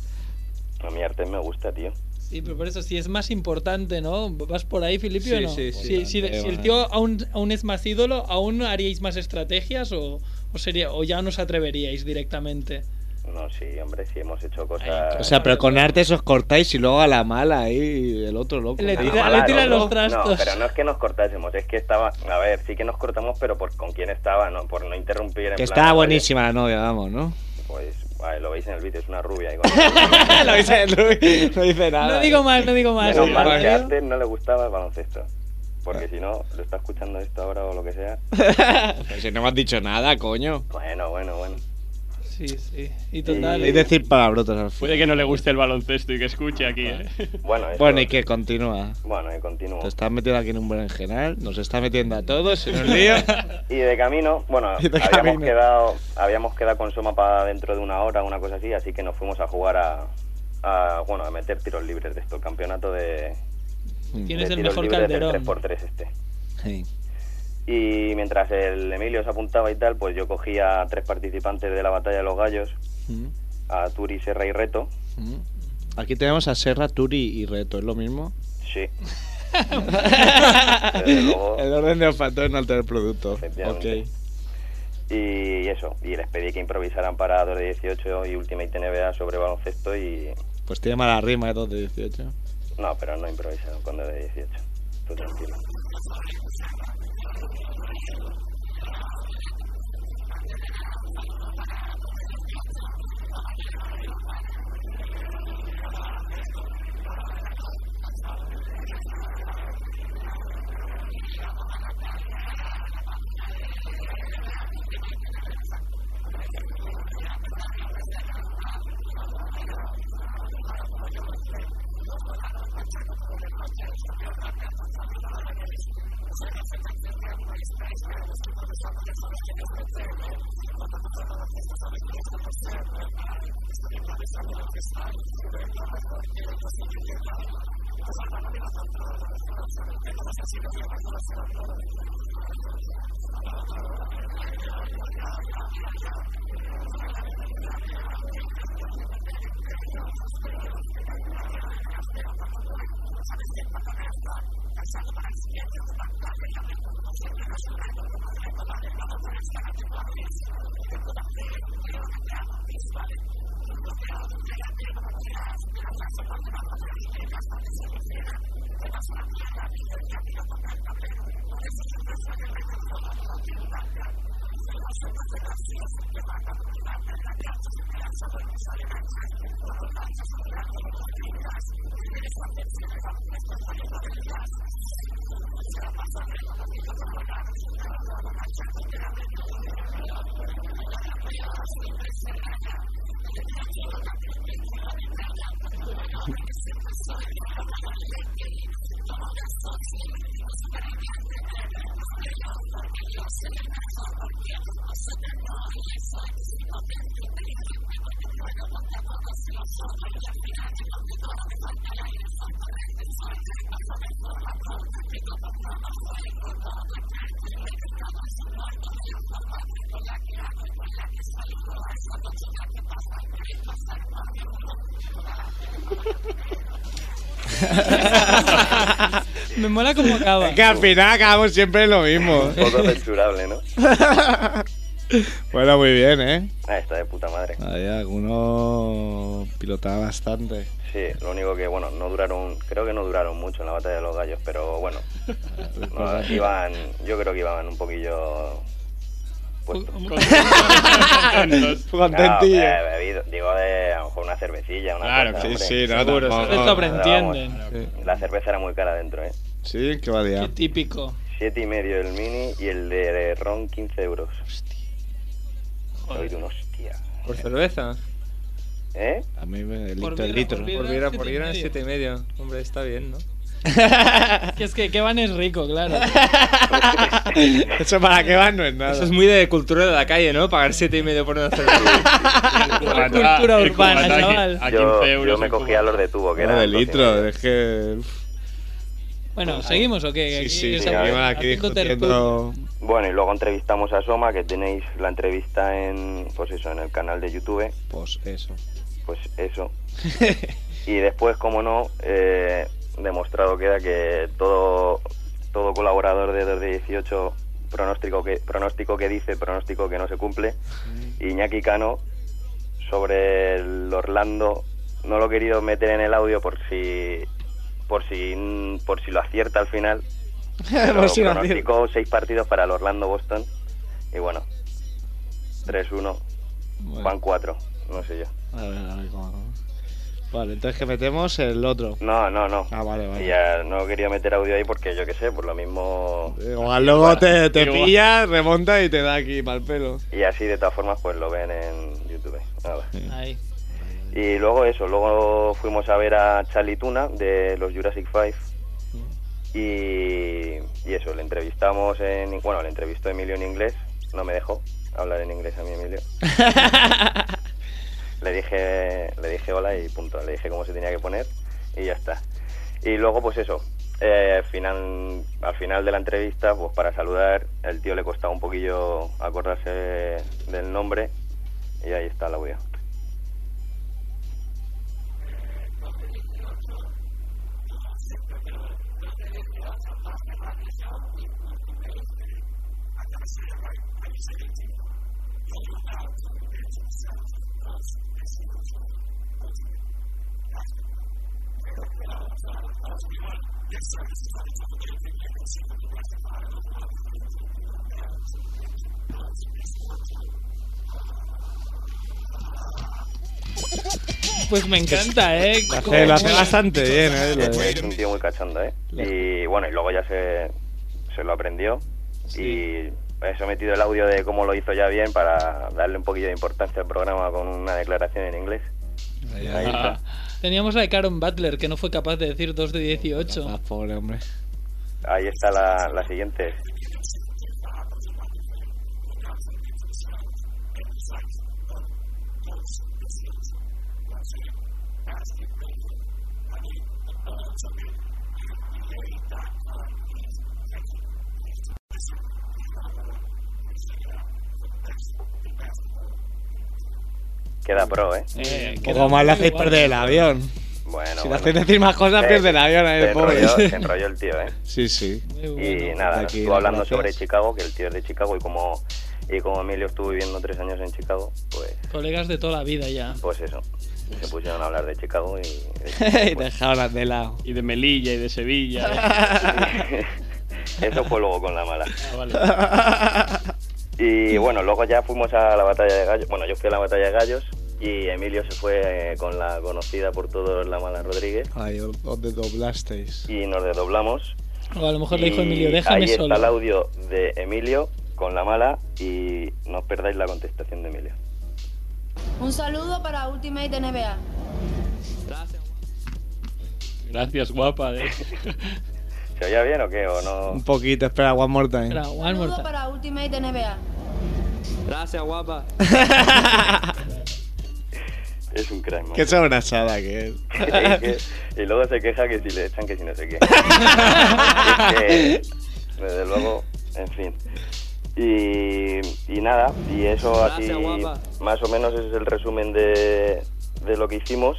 [SPEAKER 10] A mi arte me gusta, tío.
[SPEAKER 2] Sí, pero por eso sí es más importante, ¿no? ¿Vas por ahí, Filipe, o
[SPEAKER 11] Sí,
[SPEAKER 2] no?
[SPEAKER 11] sí, sí.
[SPEAKER 2] Si- si,
[SPEAKER 11] Bastante,
[SPEAKER 2] si el
[SPEAKER 11] va.
[SPEAKER 2] tío aún, aún es más ídolo, ¿aún haríais más estrategias o, o sería, o ya no os atreveríais directamente?
[SPEAKER 10] No, sí, hombre, sí hemos hecho cosas.
[SPEAKER 6] O sea, pero con artes os cortáis y luego a la mala ahí el otro loco.
[SPEAKER 10] Ah, mala, ¿no? No, pero no es que nos cortásemos, es que estaba. A ver, sí que nos cortamos, pero por con quién estaba, no, por no interrumpir. en
[SPEAKER 6] Que
[SPEAKER 10] plan,
[SPEAKER 6] estaba
[SPEAKER 10] oye,
[SPEAKER 6] buenísima la novia, vamos, ¿no?
[SPEAKER 10] Pues vale, lo veis en el vídeo, es una rubia. Igual.
[SPEAKER 6] Lo dice Luis, no dice nada.
[SPEAKER 2] No digo más, no digo más.
[SPEAKER 10] Menos
[SPEAKER 2] Sí,
[SPEAKER 10] mal
[SPEAKER 2] vale.
[SPEAKER 10] que a Artes no le gustaba el baloncesto. Porque si no, lo está escuchando esto ahora o lo que sea.
[SPEAKER 6] Pero si no me has dicho nada, coño.
[SPEAKER 10] Bueno, bueno, bueno.
[SPEAKER 2] Sí, sí. Y
[SPEAKER 10] total-
[SPEAKER 6] Es decir palabrotas al final.
[SPEAKER 9] Puede que no le guste el baloncesto y que escuche aquí, ¿eh?
[SPEAKER 10] Bueno, eso-
[SPEAKER 6] Bueno, y que continúa.
[SPEAKER 10] bueno, y continúo.
[SPEAKER 6] Te estás metiendo aquí en un buen general, nos está metiendo a todos en un lío.
[SPEAKER 10] Y de camino, bueno,
[SPEAKER 6] Y de
[SPEAKER 10] habíamos,
[SPEAKER 6] camino.
[SPEAKER 10] Quedado, habíamos quedado con Soma para dentro de una hora, una cosa así, así que nos fuimos a jugar a, a, bueno, a meter tiros libres de esto, el campeonato de,
[SPEAKER 2] Tienes
[SPEAKER 10] de
[SPEAKER 2] el
[SPEAKER 10] tiros
[SPEAKER 2] mejor
[SPEAKER 10] libres del
[SPEAKER 2] calderón.
[SPEAKER 10] 3x3 este. Y mientras el Emilio se apuntaba y tal, pues yo cogía a tres participantes de la Batalla de los Gallos, a Turi, Serra y Reto.
[SPEAKER 6] Aquí tenemos a Serra, Turi y Reto, ¿es lo mismo?
[SPEAKER 10] Sí. Desde luego.
[SPEAKER 6] El orden de los factores no altera el producto. Ok.
[SPEAKER 10] Efectivamente. Y eso, y les pedí que improvisaran para 2 de 18 y Ultimate NBA sobre baloncesto y...
[SPEAKER 6] Pues tiene mala rima de 2 de 18.
[SPEAKER 10] No, pero no improvisaron con 2 de 18. Tú tranquilo.
[SPEAKER 2] Me mola cómo acaba.
[SPEAKER 6] Es que al final acabamos siempre en lo mismo.
[SPEAKER 10] Un poco censurable, ¿no?
[SPEAKER 6] bueno, muy bien, ¿eh?
[SPEAKER 10] Ah, está de puta madre.
[SPEAKER 6] Ahí alguno pilotaba bastante.
[SPEAKER 10] Sí, lo único que, bueno, no duraron, creo que no duraron mucho en la batalla de los gallos, pero bueno, no, iban, yo creo que iban un poquillo puestos.
[SPEAKER 6] Contentillo.
[SPEAKER 10] No, be- eh, bebido, digo de a lo mejor una cervecilla, una
[SPEAKER 6] Claro,
[SPEAKER 10] cosa,
[SPEAKER 6] sí,
[SPEAKER 10] hombre.
[SPEAKER 6] sí, no, Seguro, tampoco. se
[SPEAKER 10] Pero
[SPEAKER 2] sobreentienden.
[SPEAKER 10] vamos, La cerveza era muy cara dentro, ¿eh?
[SPEAKER 6] Sí, qué valía.
[SPEAKER 2] Típico.
[SPEAKER 10] Siete y medio el mini y el de ron 15 euros. Doy de un hostia.
[SPEAKER 13] ¿Por cerveza?
[SPEAKER 10] ¿Eh?
[SPEAKER 6] A mí me el
[SPEAKER 13] Por birra,
[SPEAKER 6] litro, el litro.
[SPEAKER 13] Por birra, por birra en siete y media. Hombre, está bien, ¿no?
[SPEAKER 9] Que es que Kevan es rico, claro.
[SPEAKER 13] Eso para qué van no es nada. Eso es muy de cultura de la calle, ¿no? Pagar siete y medio por una cerveza.
[SPEAKER 9] Cultura urbana, chaval.
[SPEAKER 10] Yo, yo me cogía los de tubo, que
[SPEAKER 6] No,
[SPEAKER 10] era
[SPEAKER 6] de litro, es que.
[SPEAKER 9] Bueno, ¿seguimos o qué?
[SPEAKER 6] Sí,
[SPEAKER 9] Aquí
[SPEAKER 6] sí,
[SPEAKER 9] estamos
[SPEAKER 6] seguimos aquí
[SPEAKER 9] haciendo
[SPEAKER 6] discutiendo.
[SPEAKER 10] Bueno, y luego entrevistamos a Soma, que tenéis la entrevista en, pues eso, en el canal de YouTube.
[SPEAKER 6] Pues eso.
[SPEAKER 10] Pues eso. y después, como no, eh, demostrado queda que todo, todo colaborador de 2 de 18 pronóstico que, pronóstico que dice, pronóstico que no se cumple. Iñaki Cano sobre el Orlando. No lo he querido meter en el audio por si por si por si lo acierta al final. Pero
[SPEAKER 6] Por si lo
[SPEAKER 10] pronosticó seis partidos para el Orlando Boston y bueno 3-1 van 4 no sé yo
[SPEAKER 6] A ver, a ver cómo- Vale, entonces que metemos el otro.
[SPEAKER 10] no no no
[SPEAKER 6] Ah, vale, vale.
[SPEAKER 10] Y ya no quería meter audio ahí porque yo qué sé por lo mismo
[SPEAKER 6] Igual luego te, te
[SPEAKER 10] Igual.
[SPEAKER 6] pilla, remonta y te da aquí mal pelo.
[SPEAKER 10] y así de todas formas pues lo ven en YouTube Nada.
[SPEAKER 9] Ahí.
[SPEAKER 10] Y luego eso, luego fuimos a ver a Charlie Tuna de los Jurassic Five. Y, y eso, le entrevistamos en. Bueno, le entrevistó Emilio en inglés. No me dejó hablar en inglés a mí, Emilio. le, dije, le dije hola y punto. Le dije cómo se tenía que poner y ya está. Y luego, pues eso, eh, final, al final de la entrevista, pues para saludar, el tío le costaba un poquillo acordarse del nombre. Y ahí está la audio.
[SPEAKER 9] Pues me encanta, ¿eh?
[SPEAKER 6] Lo
[SPEAKER 9] Como-
[SPEAKER 6] hace, lo hace bastante bien, eh.
[SPEAKER 10] Sí, es un tío muy cachondo, ¿eh? Y bueno, y luego ya se, se lo aprendió. Y he sometido el audio de cómo lo hizo ya bien para darle un poquillo de importancia al programa con una declaración en inglés. Ahí está.
[SPEAKER 9] Ah. Teníamos a Karen Butler que no fue capaz de decir 2 de 18.
[SPEAKER 6] Ah, pobre hombre.
[SPEAKER 10] Ahí está la, la siguiente. Queda pro, ¿eh?
[SPEAKER 6] Poco más le hacéis perder el avión.
[SPEAKER 10] Bueno,
[SPEAKER 6] si le
[SPEAKER 10] bueno.
[SPEAKER 6] hacéis decir más cosas,
[SPEAKER 10] Se-
[SPEAKER 6] pierde el avión ahí,
[SPEAKER 10] se
[SPEAKER 6] pobre.
[SPEAKER 10] enrolló- se enrolló el tío, ¿eh?
[SPEAKER 6] Sí, sí.
[SPEAKER 10] Y nada,
[SPEAKER 6] Aquí,
[SPEAKER 10] estuvo hablando
[SPEAKER 6] gracias.
[SPEAKER 10] sobre Chicago, que el tío es de Chicago y como, y como Emilio estuvo viviendo tres años en Chicago, pues,
[SPEAKER 9] Colegas de toda la vida ya.
[SPEAKER 10] pues eso. Se pusieron a hablar de Chicago y...
[SPEAKER 6] y dejaron de lado.
[SPEAKER 7] Y de Melilla y de Sevilla. ¿eh?
[SPEAKER 10] eso fue luego con la mala.
[SPEAKER 7] vale.
[SPEAKER 10] Y bueno, luego ya fuimos a la batalla de gallos. Bueno, yo fui a la batalla de gallos y Emilio se fue eh, con la conocida por todos la mala Rodríguez
[SPEAKER 6] Ahí donde doblasteis.
[SPEAKER 10] y nos desdoblamos.
[SPEAKER 9] O a lo mejor le dijo
[SPEAKER 10] Y
[SPEAKER 9] Emilio, déjame
[SPEAKER 10] ahí está el
[SPEAKER 9] solo.
[SPEAKER 10] audio de Emilio con la mala y no os perdáis la contestación de Emilio.
[SPEAKER 14] Un saludo para Ultimate NBA.
[SPEAKER 7] Gracias, guapa. ¿eh?
[SPEAKER 10] ¿Se oía bien o qué? ¿O no?
[SPEAKER 6] Un poquito, espera, one more time.
[SPEAKER 14] Un saludo para Ultimate NBA.
[SPEAKER 13] Gracias, guapa.
[SPEAKER 10] Es un crack, man.
[SPEAKER 6] Qué sobrasada que es.
[SPEAKER 10] y luego se queja que si le echan que si no sé qué. Es que, desde luego, en fin. Y, y nada, y eso así, más o menos ese es el resumen de, de lo que hicimos.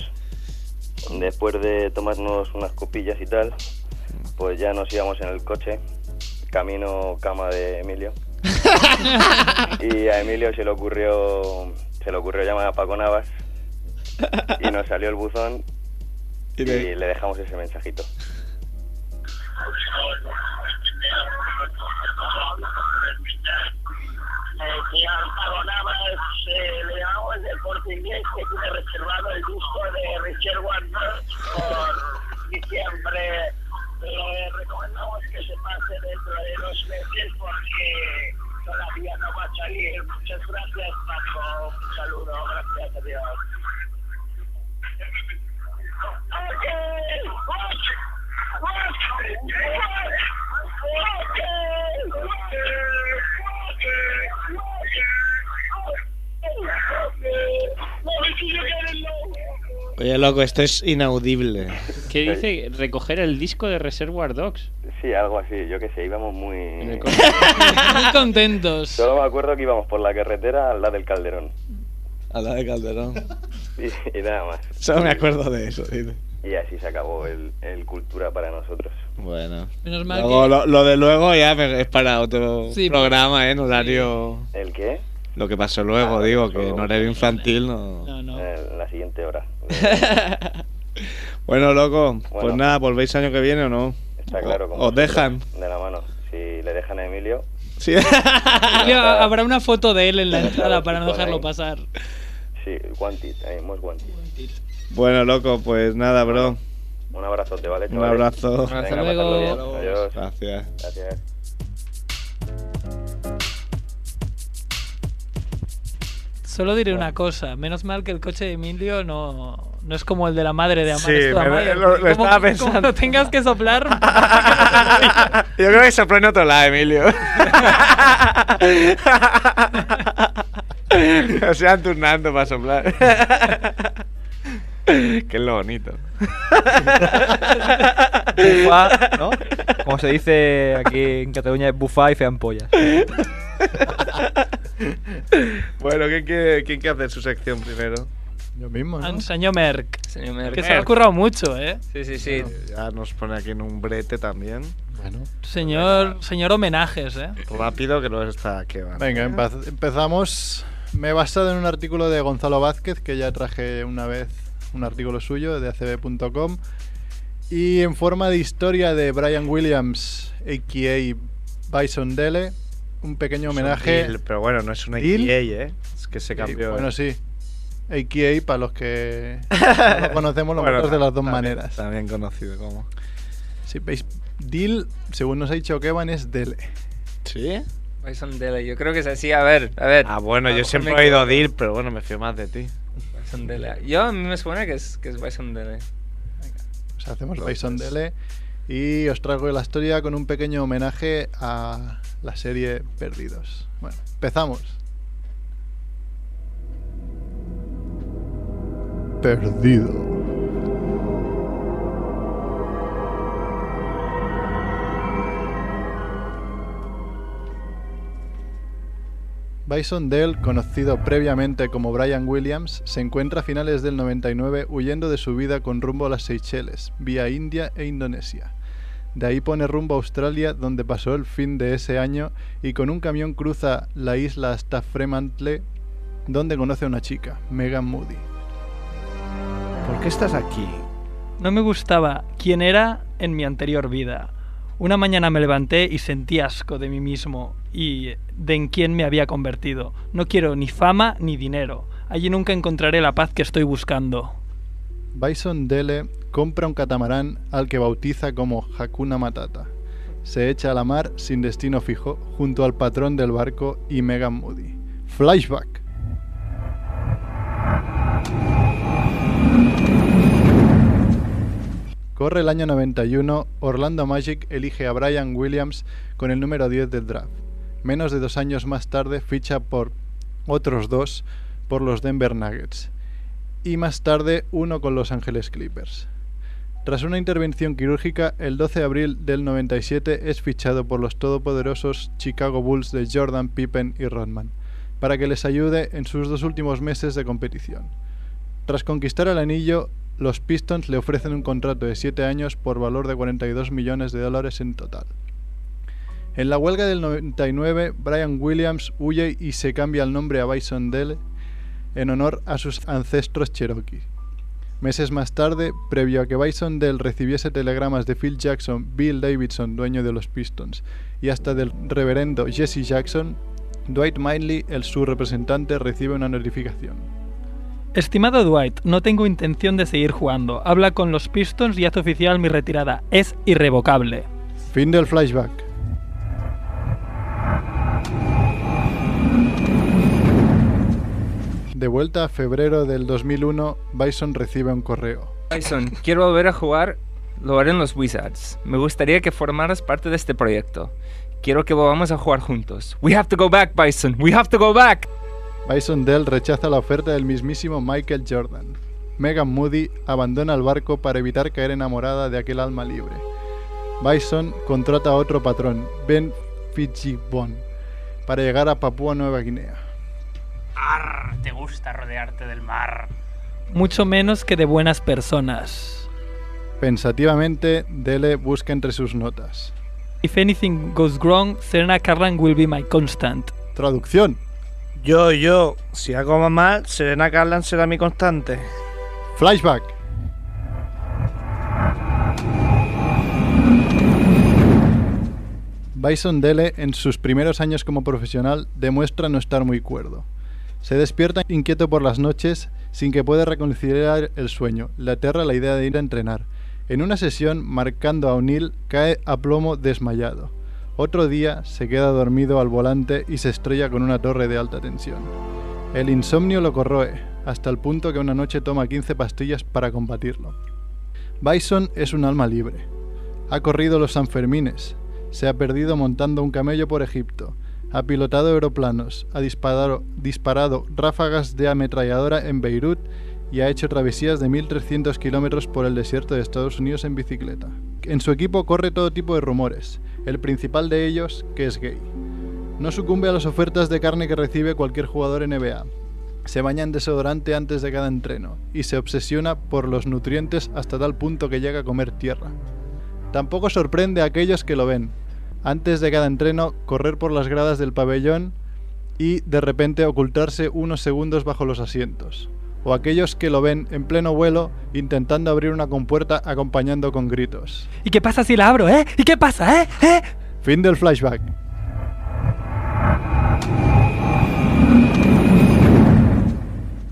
[SPEAKER 10] Después de tomarnos unas copillas y tal, pues ya nos íbamos en el coche, camino cama de Emilio. y a Emilio se le ocurrió se le ocurrió llamar a Paco Navas y nos salió el buzón y le, dejamos ese mensajito.
[SPEAKER 15] Y a Álvaro Navas eh, le hago el deporte inglés que tiene reservado el gusto de Richard Warner por Eh, diciembre. Le recomendamos que se pase dentro de dos meses porque todavía no va a salir. Muchas gracias, Paco. Un saludo, gracias a Dios. Oye, oye, oye, oye, oye,
[SPEAKER 16] Oye, loco, esto es inaudible.
[SPEAKER 7] ¿Qué dice? Recoger el disco de Reservoir Dogs.
[SPEAKER 10] Sí, algo así, yo qué sé, íbamos muy...
[SPEAKER 2] Muy contentos.
[SPEAKER 10] Solo me acuerdo que íbamos por la carretera al lado del Calderón.
[SPEAKER 16] A la de Calderón.
[SPEAKER 10] Y, y nada más.
[SPEAKER 16] Solo me acuerdo de eso, dime.
[SPEAKER 10] Y así se acabó el, el Cultura para nosotros.
[SPEAKER 16] Bueno.
[SPEAKER 2] Menos mal
[SPEAKER 16] Luego,
[SPEAKER 2] que-
[SPEAKER 16] lo, lo de luego ya me- es para otro
[SPEAKER 2] Sí,
[SPEAKER 16] programa, ¿eh? En horario.
[SPEAKER 10] ¿El qué? Ah,
[SPEAKER 16] Lo que pasó luego, digo, que en horario infantil no.
[SPEAKER 10] Eh, la siguiente hora.
[SPEAKER 16] Bueno, loco, pues
[SPEAKER 10] Bueno.
[SPEAKER 16] nada, ¿volvéis año que viene o no?
[SPEAKER 10] Está claro. como
[SPEAKER 16] ¿Os dejan?
[SPEAKER 10] De la mano. Si le dejan a Emilio,
[SPEAKER 16] Sí.
[SPEAKER 2] Emilio, Habrá una foto de él en la entrada para no
[SPEAKER 10] Con
[SPEAKER 2] dejarlo
[SPEAKER 10] ahí.
[SPEAKER 2] pasar.
[SPEAKER 10] sí, guantit, ahí, hemos guantit.
[SPEAKER 16] Bueno, loco, pues nada, bro.
[SPEAKER 10] Un abrazote, ¿vale?
[SPEAKER 16] Un
[SPEAKER 10] chavales?
[SPEAKER 16] abrazo.
[SPEAKER 10] Venga,
[SPEAKER 16] Hasta
[SPEAKER 10] pasadlo
[SPEAKER 16] luego.
[SPEAKER 10] bien.
[SPEAKER 16] Hasta luego.
[SPEAKER 10] Adiós.
[SPEAKER 16] Gracias.
[SPEAKER 10] Gracias.
[SPEAKER 2] Solo diré una cosa, menos mal que el coche de Emilio no, no es como el de la madre de Amar.
[SPEAKER 6] Sí,
[SPEAKER 2] es tu
[SPEAKER 6] me-
[SPEAKER 2] Amaya,
[SPEAKER 6] lo- lo
[SPEAKER 2] porque como-
[SPEAKER 6] estaba pensando.
[SPEAKER 2] Como lo tengas que soplar,
[SPEAKER 6] Yo creo que sopló en otro lado, Emilio. o sea, turnando para soplar. que es lo bonito.
[SPEAKER 11] Bufa, ¿no? Como se dice aquí en Cataluña, es bufa y fean pollas.
[SPEAKER 6] Bueno, ¿quién quiere, quién quiere hacer su sección primero?
[SPEAKER 8] Yo mismo,
[SPEAKER 2] ¿no? Señor Merck.
[SPEAKER 17] Señor
[SPEAKER 6] Merck.
[SPEAKER 2] Que se lo ha currado mucho, ¿eh?
[SPEAKER 17] Sí, sí, sí.
[SPEAKER 6] Ya nos pone aquí en un brete también. Bueno.
[SPEAKER 2] Señor, señor homenajes, ¿eh?
[SPEAKER 6] Rápido que lo está que va.
[SPEAKER 8] Venga, empa- empezamos. Me he basado en un artículo de Gonzalo Vázquez, que ya traje una vez un artículo suyo de acb.com. Y en forma de historia de Brian Williams, a.k.a. Bison Dele, un pequeño
[SPEAKER 6] Es un
[SPEAKER 8] homenaje.
[SPEAKER 6] deal, pero bueno, no es una
[SPEAKER 8] Deal.
[SPEAKER 6] EA, ¿eh? Es que se cambió. ¿eh?
[SPEAKER 8] bueno, sí. AKA, para los que no lo conocemos, lo
[SPEAKER 6] Bueno,
[SPEAKER 8] conocemos de las dos
[SPEAKER 6] también-
[SPEAKER 8] maneras.
[SPEAKER 6] También conocido como.
[SPEAKER 8] Si veis, Deal, según nos ha dicho Kevin, es Dele.
[SPEAKER 6] ¿Sí?
[SPEAKER 17] Bison Dele, yo creo que es así. A ver, a ver.
[SPEAKER 6] Ah, bueno,
[SPEAKER 17] A lo
[SPEAKER 6] yo
[SPEAKER 17] mejor
[SPEAKER 6] siempre
[SPEAKER 17] me
[SPEAKER 6] he oído Deal, pero bueno, me fío más de ti.
[SPEAKER 17] Bison Dele. Yo a mí me suena que es, que es Bison Dele.
[SPEAKER 8] Pues hacemos Bison Dele y os traigo la historia con un pequeño homenaje a la serie Perdidos. Bueno, empezamos. Perdido. Bison Dell, conocido previamente como Brian Williams, se encuentra a finales del 99 huyendo de su vida con rumbo a las Seychelles, vía India e Indonesia. De ahí pone rumbo a Australia, donde pasó el fin de ese año y con un camión cruza la isla hasta Fremantle, donde conoce a una chica, Megan Moody.
[SPEAKER 6] ¿Por qué estás aquí?
[SPEAKER 9] No me gustaba quién era en mi anterior vida. Una mañana me levanté y sentí asco de mí mismo y de en quién me había convertido. No quiero ni fama ni dinero. Allí nunca encontraré la paz que estoy buscando.
[SPEAKER 8] Bison Dele compra un catamarán al que bautiza como Hakuna Matata. Se echa a la mar sin destino fijo junto al patrón del barco y Megan Moody. Flashback. Corre el año 91, Orlando Magic elige a Brian Williams con el número 10 del draft. Menos de dos años más tarde ficha por otros dos por los Denver Nuggets y más tarde uno con Los Ángeles Clippers. Tras una intervención quirúrgica, el 12 de abril del 97 es fichado por los todopoderosos Chicago Bulls de Jordan, Pippen y Rodman, para que les ayude en sus dos últimos meses de competición. Tras conquistar el anillo, los Pistons le ofrecen un contrato de 7 años por valor de 42 millones de dólares en total. En la huelga del 99, Brian Williams huye y se cambia el nombre a Bison Dele en honor a sus ancestros cherokee. Meses más tarde, previo a que Bison Dell recibiese telegramas de Phil Jackson, Bill Davidson, dueño de los Pistons, y hasta del reverendo Jesse Jackson, Dwight Mindley, el su representante, recibe una notificación.
[SPEAKER 9] Estimado Dwight, no tengo intención de seguir jugando. Habla con los Pistons y haz oficial mi retirada. Es irrevocable.
[SPEAKER 8] Fin del flashback. De vuelta a febrero del 2001, Bison recibe un correo.
[SPEAKER 13] Tyson, quiero volver a jugar. Lo haré en los Wizards. Me gustaría que formaras parte de este proyecto. Quiero que volvamos a jugar juntos. We have to go back, Bison. We have to go back.
[SPEAKER 8] Bison Dell rechaza la oferta del mismísimo Michael Jordan. Megan Moody abandona el barco para evitar caer enamorada de aquel alma libre. Bison contrata a otro patrón, Ben Fitzgibbon, para llegar a Papúa Nueva Guinea.
[SPEAKER 18] Ar, te gusta rodearte del mar.
[SPEAKER 9] Mucho menos que de buenas personas.
[SPEAKER 8] Pensativamente, Dele busca entre sus notas.
[SPEAKER 9] If anything goes wrong, Serena Carlan will be my constant.
[SPEAKER 8] Traducción.
[SPEAKER 6] Yo, yo, si hago mal, Serena Carlan será mi constante.
[SPEAKER 8] Flashback. Bison Dele, en sus primeros años como profesional, demuestra no estar muy cuerdo. Se despierta inquieto por las noches sin que pueda reconciliar el sueño. Le aterra la idea de ir a entrenar. En una sesión, marcando a O'Neill, cae a plomo desmayado. Otro día se queda dormido al volante y se estrella con una torre de alta tensión. El insomnio lo corroe, hasta el punto que una noche toma 15 pastillas para combatirlo. Bison es un alma libre. Ha corrido los Sanfermines, se ha perdido montando un camello por Egipto, ha pilotado aeroplanos, ha disparado, disparado ráfagas de ametralladora en Beirut y ha hecho travesías de 1.300 kilómetros por el desierto de Estados Unidos en bicicleta. En su equipo corre todo tipo de rumores, el principal de ellos que es gay. No sucumbe a las ofertas de carne que recibe cualquier jugador NBA. Se baña en desodorante antes de cada entreno y se obsesiona por los nutrientes hasta tal punto que llega a comer tierra. Tampoco sorprende a aquellos que lo ven, antes de cada entreno, correr por las gradas del pabellón y de repente ocultarse unos segundos bajo los asientos. O aquellos que lo ven en pleno vuelo intentando abrir una compuerta acompañando con gritos.
[SPEAKER 9] ¿Y qué pasa si la abro, eh? ¿Y qué pasa, eh? ¿Eh?
[SPEAKER 8] Fin del flashback.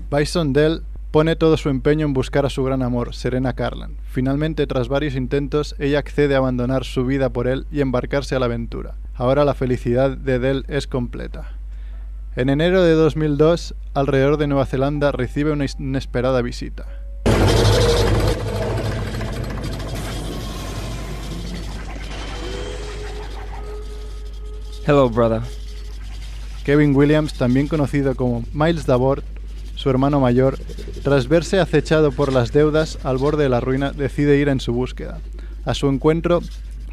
[SPEAKER 8] Bison Dell pone todo su empeño en buscar a su gran amor, Serena Carlan. Finalmente, tras varios intentos, ella accede a abandonar su vida por él y embarcarse a la aventura. Ahora la felicidad de Dell es completa. En enero de 2002, alrededor de Nueva Zelanda recibe una inesperada visita.
[SPEAKER 13] Hello, brother.
[SPEAKER 8] Kevin Williams, también conocido como Miles Davort, su hermano mayor, tras verse acechado por las deudas al borde de la ruina, decide ir en su búsqueda. A su encuentro,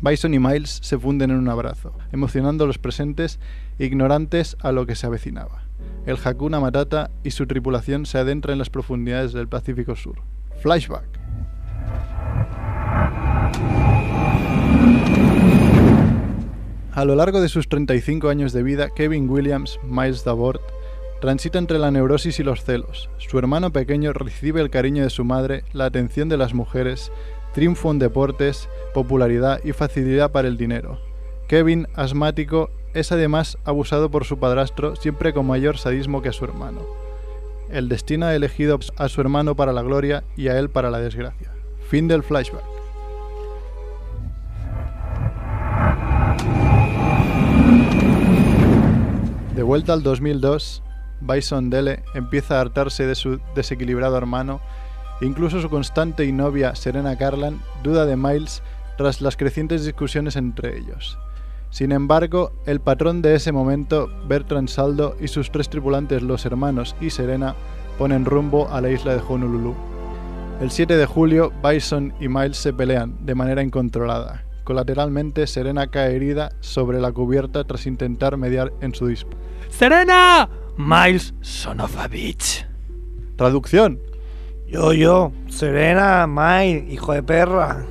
[SPEAKER 8] Bison y Miles se funden en un abrazo, emocionando a los presentes, ignorantes a lo que se avecinaba. El Hakuna Matata y su tripulación se adentra en las profundidades del Pacífico Sur. Flashback. A lo largo de sus 35 años de vida, Kevin Williams, Miles Davort, Transita entre la neurosis y los celos. Su hermano pequeño recibe el cariño de su madre, la atención de las mujeres, triunfo en deportes, popularidad y facilidad para el dinero. Kevin, asmático, es además abusado por su padrastro, siempre con mayor sadismo que a su hermano. El destino ha elegido a su hermano para la gloria y a él para la desgracia. Fin del flashback. De vuelta al 2002, Bison Dele empieza a hartarse de su desequilibrado hermano. Incluso su constante y novia Serena Carlan duda de Miles tras las crecientes discusiones entre ellos. Sin embargo, el patrón de ese momento, Bertrand Saldo, y sus tres tripulantes, los hermanos y Serena, ponen rumbo a la isla de Honolulu. El 7 de julio, Bison y Miles se pelean de manera incontrolada. Colateralmente, Serena cae herida sobre la cubierta tras intentar mediar en su disputa.
[SPEAKER 9] ¡Serena! Miles son of a bitch.
[SPEAKER 8] Traducción.
[SPEAKER 6] Yo, yo, Serena, Miles, hijo de perra.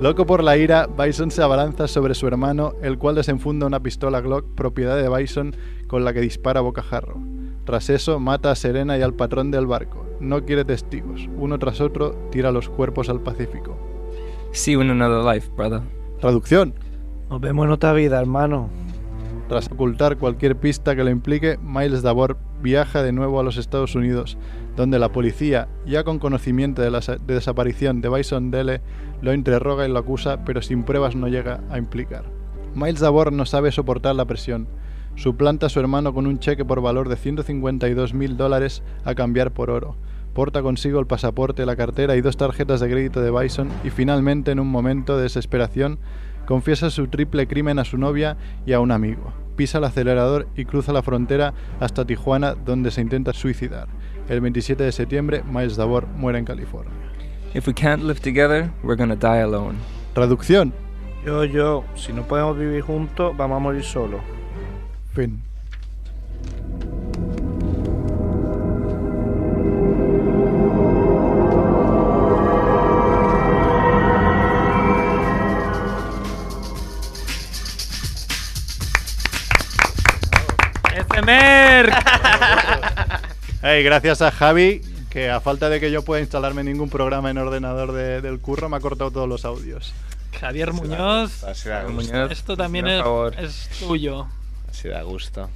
[SPEAKER 8] Loco por la ira, Bison se abalanza sobre su hermano, el cual desenfunda una pistola Glock propiedad de Bison con la que dispara bocajarro. Tras eso, mata a Serena y al patrón del barco. No quiere testigos. Uno tras otro, tira los cuerpos al Pacífico.
[SPEAKER 13] See you in another life, brother.
[SPEAKER 8] Traducción.
[SPEAKER 6] Nos vemos en otra vida, hermano.
[SPEAKER 8] Tras ocultar cualquier pista que lo implique, Miles Davor viaja de nuevo a los Estados Unidos, donde la policía, ya con conocimiento de la de desaparición de Bison Dele, lo interroga y lo acusa, pero sin pruebas no llega a implicar. Miles Davor no sabe soportar la presión. Suplanta a su hermano con un cheque por valor de 152.000 dólares a cambiar por oro. Porta consigo el pasaporte, la cartera y dos tarjetas de crédito de Bison y finalmente, en un momento de desesperación, confiesa su triple crimen a su novia y a un amigo. Pisa el acelerador y cruza la frontera hasta Tijuana, donde se intenta suicidar. El 27 de septiembre, Miles Davor muere en California.
[SPEAKER 13] If we can't live together, we're gonna die alone.
[SPEAKER 8] Traducción.
[SPEAKER 6] Yo, yo, si no podemos vivir juntos, vamos a morir solos.
[SPEAKER 8] Fin. Hey, gracias a Javi, que a falta de que yo pueda instalarme ningún programa en ordenador de- del curro, me ha cortado todos los audios.
[SPEAKER 2] Javier Muñoz.
[SPEAKER 16] así da
[SPEAKER 2] Javier
[SPEAKER 16] gusto.
[SPEAKER 2] Muñoz, Esto también
[SPEAKER 16] por
[SPEAKER 2] es,
[SPEAKER 16] favor.
[SPEAKER 2] es tuyo.
[SPEAKER 16] Así da gusto.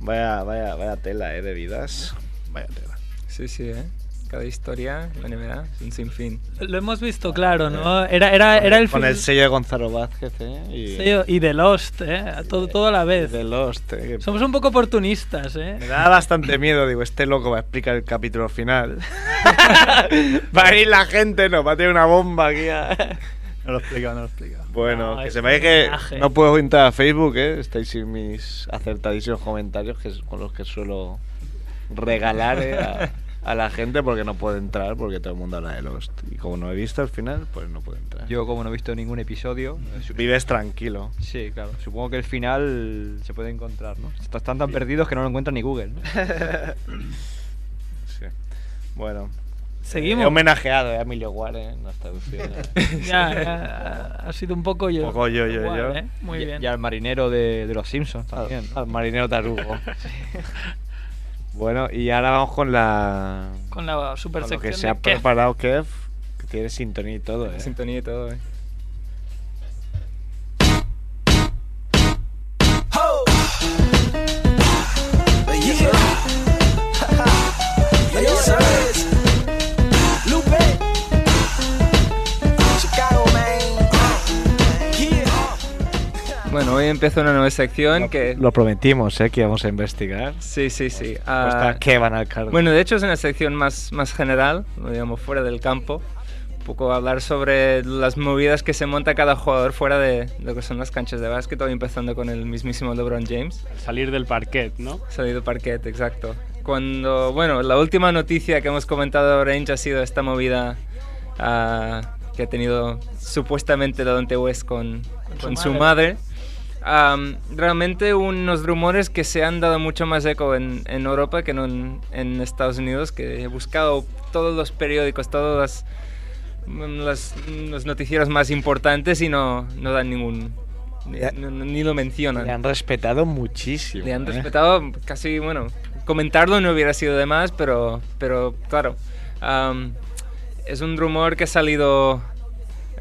[SPEAKER 16] Vaya, vaya, vaya tela, ¿eh? De vidas. Vaya tela.
[SPEAKER 13] Sí, sí, ¿eh? Cada historia, la NBA, es un sinfín.
[SPEAKER 2] Lo hemos visto claro, ¿no? Era, era, era el
[SPEAKER 6] Eh, Con
[SPEAKER 2] fin-
[SPEAKER 6] el sello de Gonzalo Vázquez, ¿eh? Y...
[SPEAKER 2] sello y de Lost, ¿eh? Todo, todo a la vez.
[SPEAKER 6] De Lost, ¿eh?
[SPEAKER 2] Somos un poco oportunistas, ¿eh?
[SPEAKER 6] Me da bastante miedo, digo, este loco va a explicar el capítulo final. va a ir la gente, no, va a tener una bomba aquí. ¿eh? a-
[SPEAKER 8] No lo explica, no lo explica.
[SPEAKER 6] Bueno,
[SPEAKER 8] No,
[SPEAKER 6] que
[SPEAKER 8] es
[SPEAKER 6] sepáis
[SPEAKER 8] un
[SPEAKER 6] que
[SPEAKER 8] homenaje.
[SPEAKER 6] no puedo entrar a Facebook, ¿eh? Estáis sin mis acertadísimos comentarios que es con los que suelo regalar ¿eh? a, a la gente porque no puedo entrar porque todo el mundo habla de Lost. Y como no he visto al final, pues no puedo entrar.
[SPEAKER 11] Yo, como no he visto ningún episodio. eh, su-
[SPEAKER 6] Vives tranquilo.
[SPEAKER 11] Sí, claro. Supongo que el final se puede encontrar, ¿no? Están tan, tan perdidos que no lo encuentran ni Google. ¿no?
[SPEAKER 6] Sí. Bueno.
[SPEAKER 2] Seguimos.
[SPEAKER 6] He homenajeado ¿eh? a Emilio Guare en las traducciones.
[SPEAKER 2] Ya, ya, ha sido un poco yo.
[SPEAKER 6] Un poco yo, yo,
[SPEAKER 2] Igual,
[SPEAKER 6] yo.
[SPEAKER 2] ¿eh? Muy
[SPEAKER 11] Y-
[SPEAKER 2] bien.
[SPEAKER 11] Y al marinero de, de los Simpsons también.
[SPEAKER 6] Al, al marinero tarugo. bueno, y ahora vamos con la.
[SPEAKER 2] Con la super
[SPEAKER 6] con lo que
[SPEAKER 2] sección
[SPEAKER 6] se
[SPEAKER 2] de
[SPEAKER 6] ha
[SPEAKER 2] Kev.
[SPEAKER 6] preparado Kev, que tiene sintonía y todo, ¿eh?
[SPEAKER 13] Sintonía y todo, ¿eh?
[SPEAKER 19] Lupe. Chicago, man.
[SPEAKER 13] Bueno, hoy empieza una nueva sección que...
[SPEAKER 6] Lo prometimos, ¿eh? Que íbamos a investigar.
[SPEAKER 13] Sí, sí, sí.
[SPEAKER 6] Pues
[SPEAKER 13] Ah,
[SPEAKER 6] está Kev al cargo.
[SPEAKER 13] Bueno, de hecho es una sección más, más general, lo llamo fuera del campo. Un poco hablar sobre las movidas que se monta cada jugador fuera de lo que son las canchas de básquet, hoy empezando con el mismísimo LeBron James.
[SPEAKER 7] Salir del parquet, ¿no?
[SPEAKER 13] Salir del parquet, exacto. Cuando, bueno, la última noticia que hemos comentado de Orange ha sido esta movida ah, que ha tenido supuestamente Dante West con,
[SPEAKER 11] Con su
[SPEAKER 13] con su
[SPEAKER 11] madre.
[SPEAKER 13] madre. Am, realmente unos rumores que se han dado mucho más eco en, en Europa que no en, en Estados Unidos, que he buscado todos los periódicos, todas las, mm, las- los noticieros más importantes y no, no dan ningún... Ni,
[SPEAKER 6] Ya-
[SPEAKER 13] no- ni lo mencionan.
[SPEAKER 6] Le han respetado muchísimo.
[SPEAKER 13] Le han
[SPEAKER 6] ¿eh?
[SPEAKER 13] respetado casi, bueno, comentarlo no hubiera sido de más, pero, pero claro. Am, es un rumor que ha salido.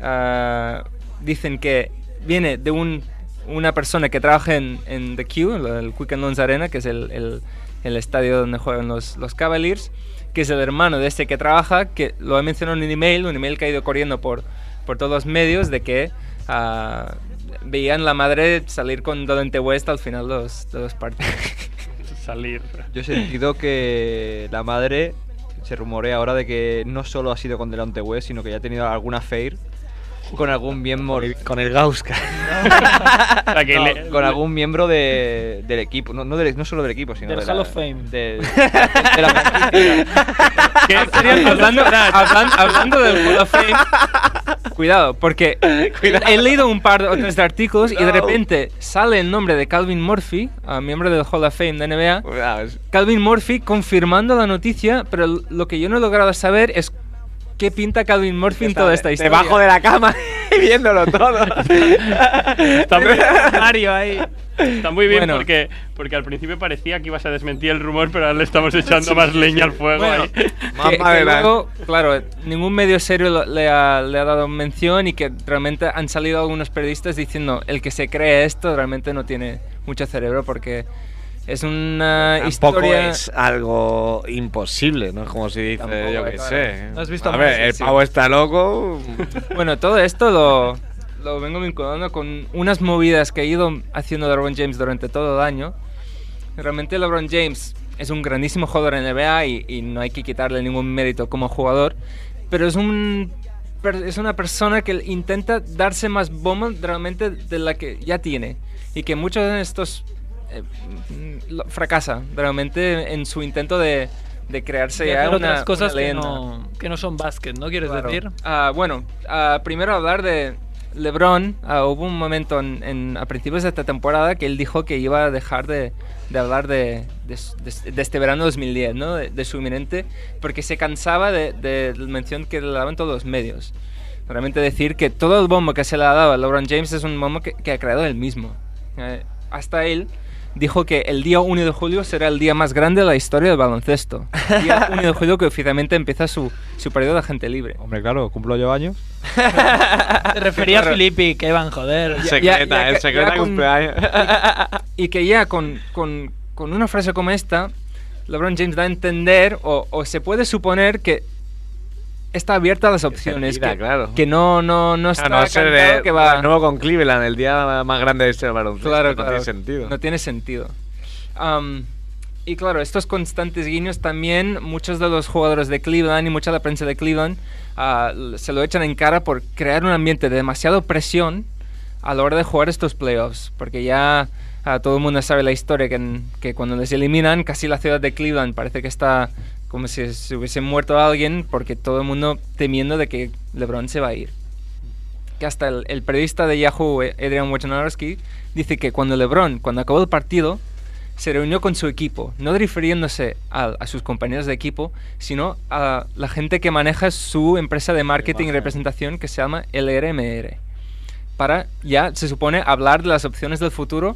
[SPEAKER 13] ah, dicen que viene de un, una persona que trabaja en, en The Q, el- el Quicken Loans Arena, que es el, el- el estadio donde juegan los, los Cavaliers, que es el hermano de este que trabaja, que lo ha mencionado en un email, un email que ha ido corriendo por, por todos los medios de que ah, veían la madre salir con Dolente West al final de los, de los partidos.
[SPEAKER 7] Salir.
[SPEAKER 11] Yo he sentido que la madre se rumorea ahora de que no solo ha sido con Delante West, sino que ya ha tenido alguna affair con algún miembro.
[SPEAKER 6] Con el Gauska.
[SPEAKER 7] sea, que le-
[SPEAKER 11] con algún miembro de- del equipo. No, no del- no solo del equipo, sino
[SPEAKER 2] Del
[SPEAKER 11] de la,
[SPEAKER 2] Hall of Fame.
[SPEAKER 11] del- de la franquicia.
[SPEAKER 13] hablando, hablan- hablando del Hall of Fame, cuidado, porque he leído un par de otros de artículos y de repente sale el nombre de Calvin Murphy, ah, miembro del Hall of Fame de NBA. Calvin Murphy confirmando la noticia, pero lo que yo no he logrado saber es qué pinta Calvin Murphy en toda esta historia.
[SPEAKER 16] Debajo de la cama, viéndolo todo.
[SPEAKER 7] Está muy,
[SPEAKER 2] Mario ahí.
[SPEAKER 7] está muy bien
[SPEAKER 13] Bueno.
[SPEAKER 7] porque, porque al principio parecía que ibas a desmentir el rumor, pero ahora le estamos echando más leña al fuego.
[SPEAKER 13] Bueno,
[SPEAKER 7] ahí.
[SPEAKER 13] que, que luego, claro, ningún medio serio lo- le ha, le ha dado mención y que realmente han salido algunos periodistas diciendo el que se cree esto realmente no tiene mucho cerebro porque es una
[SPEAKER 6] Tampoco
[SPEAKER 13] historia...
[SPEAKER 6] es algo imposible, ¿no? Es como si dice,
[SPEAKER 13] Tampoco,
[SPEAKER 6] yo qué
[SPEAKER 13] claro.
[SPEAKER 6] sé.
[SPEAKER 13] ¿No has visto
[SPEAKER 6] a ver,
[SPEAKER 13] Moses,
[SPEAKER 6] el
[SPEAKER 13] sí?
[SPEAKER 6] pavo está loco.
[SPEAKER 13] Bueno, todo esto lo, lo vengo vinculando con unas movidas que ha ido haciendo LeBron James durante todo el año. realmente LeBron James es un grandísimo jugador en NBA y, y no hay que quitarle ningún mérito como jugador, pero es un per- es una persona que intenta darse más bombas realmente de la que ya tiene y que muchos de estos eh, mm, lo- fracasa realmente en su intento de, de crearse
[SPEAKER 9] Y
[SPEAKER 13] ya
[SPEAKER 9] hacer
[SPEAKER 13] una,
[SPEAKER 9] otras cosas
[SPEAKER 13] una
[SPEAKER 9] que
[SPEAKER 13] leyenda.
[SPEAKER 9] no, que no son básquet, ¿no quieres
[SPEAKER 13] Claro.
[SPEAKER 9] decir?
[SPEAKER 13] Ah, bueno, ah, primero hablar de LeBron. Ah, hubo un momento en, en- a principios de esta temporada que él dijo que iba a dejar de, de hablar de, de- de- de este verano 2010, ¿no? de, de su inminente, porque se cansaba de, de la mención que le daban todos los medios. Realmente decir que todo el bombo que se le ha dado a LeBron James es un bombo que, que ha creado él mismo. Eh, hasta él dijo que el día 1 de julio será el día más grande de la historia del baloncesto. El día 1 de julio que oficialmente empieza su, su periodo de agente libre.
[SPEAKER 11] Hombre, claro, cumplo yo años.
[SPEAKER 2] Ah,
[SPEAKER 9] Te refería a Filippi, que van, joder.
[SPEAKER 13] Ya- ya- ya con- Y, y que ya con, con- con una frase como esta, LeBron James da a entender o, o se puede suponer que está abierta a las opciones.
[SPEAKER 17] olvida,
[SPEAKER 13] que,
[SPEAKER 17] claro.
[SPEAKER 13] que no, no, no está
[SPEAKER 17] a no ser
[SPEAKER 13] cantado
[SPEAKER 17] de,
[SPEAKER 13] que va...
[SPEAKER 17] de nuevo con Cleveland, el día más grande de este baloncesto.
[SPEAKER 13] Claro,
[SPEAKER 17] no
[SPEAKER 13] claro.
[SPEAKER 17] tiene sentido.
[SPEAKER 13] No tiene sentido. Am, y claro, estos constantes guiños también, muchos de los jugadores de Cleveland y mucha de la prensa de Cleveland ah, l- se lo echan en cara por crear un ambiente de demasiada presión a la hora de jugar estos playoffs. Porque ya ah, todo el mundo sabe la historia, que, en- que cuando les eliminan, casi la ciudad de Cleveland parece que está como si se hubiese muerto alguien, porque todo el mundo temiendo de que LeBron se va a ir que hasta el, el periodista de Yahoo, eh, Adrian Wojnarowski, dice que cuando LeBron, cuando acabó el partido, se reunió con su equipo, no refiriéndose a, a sus compañeros de equipo, sino a la gente que maneja su empresa de marketing y representación que se llama LRMR, para ya, se supone, hablar de las opciones del futuro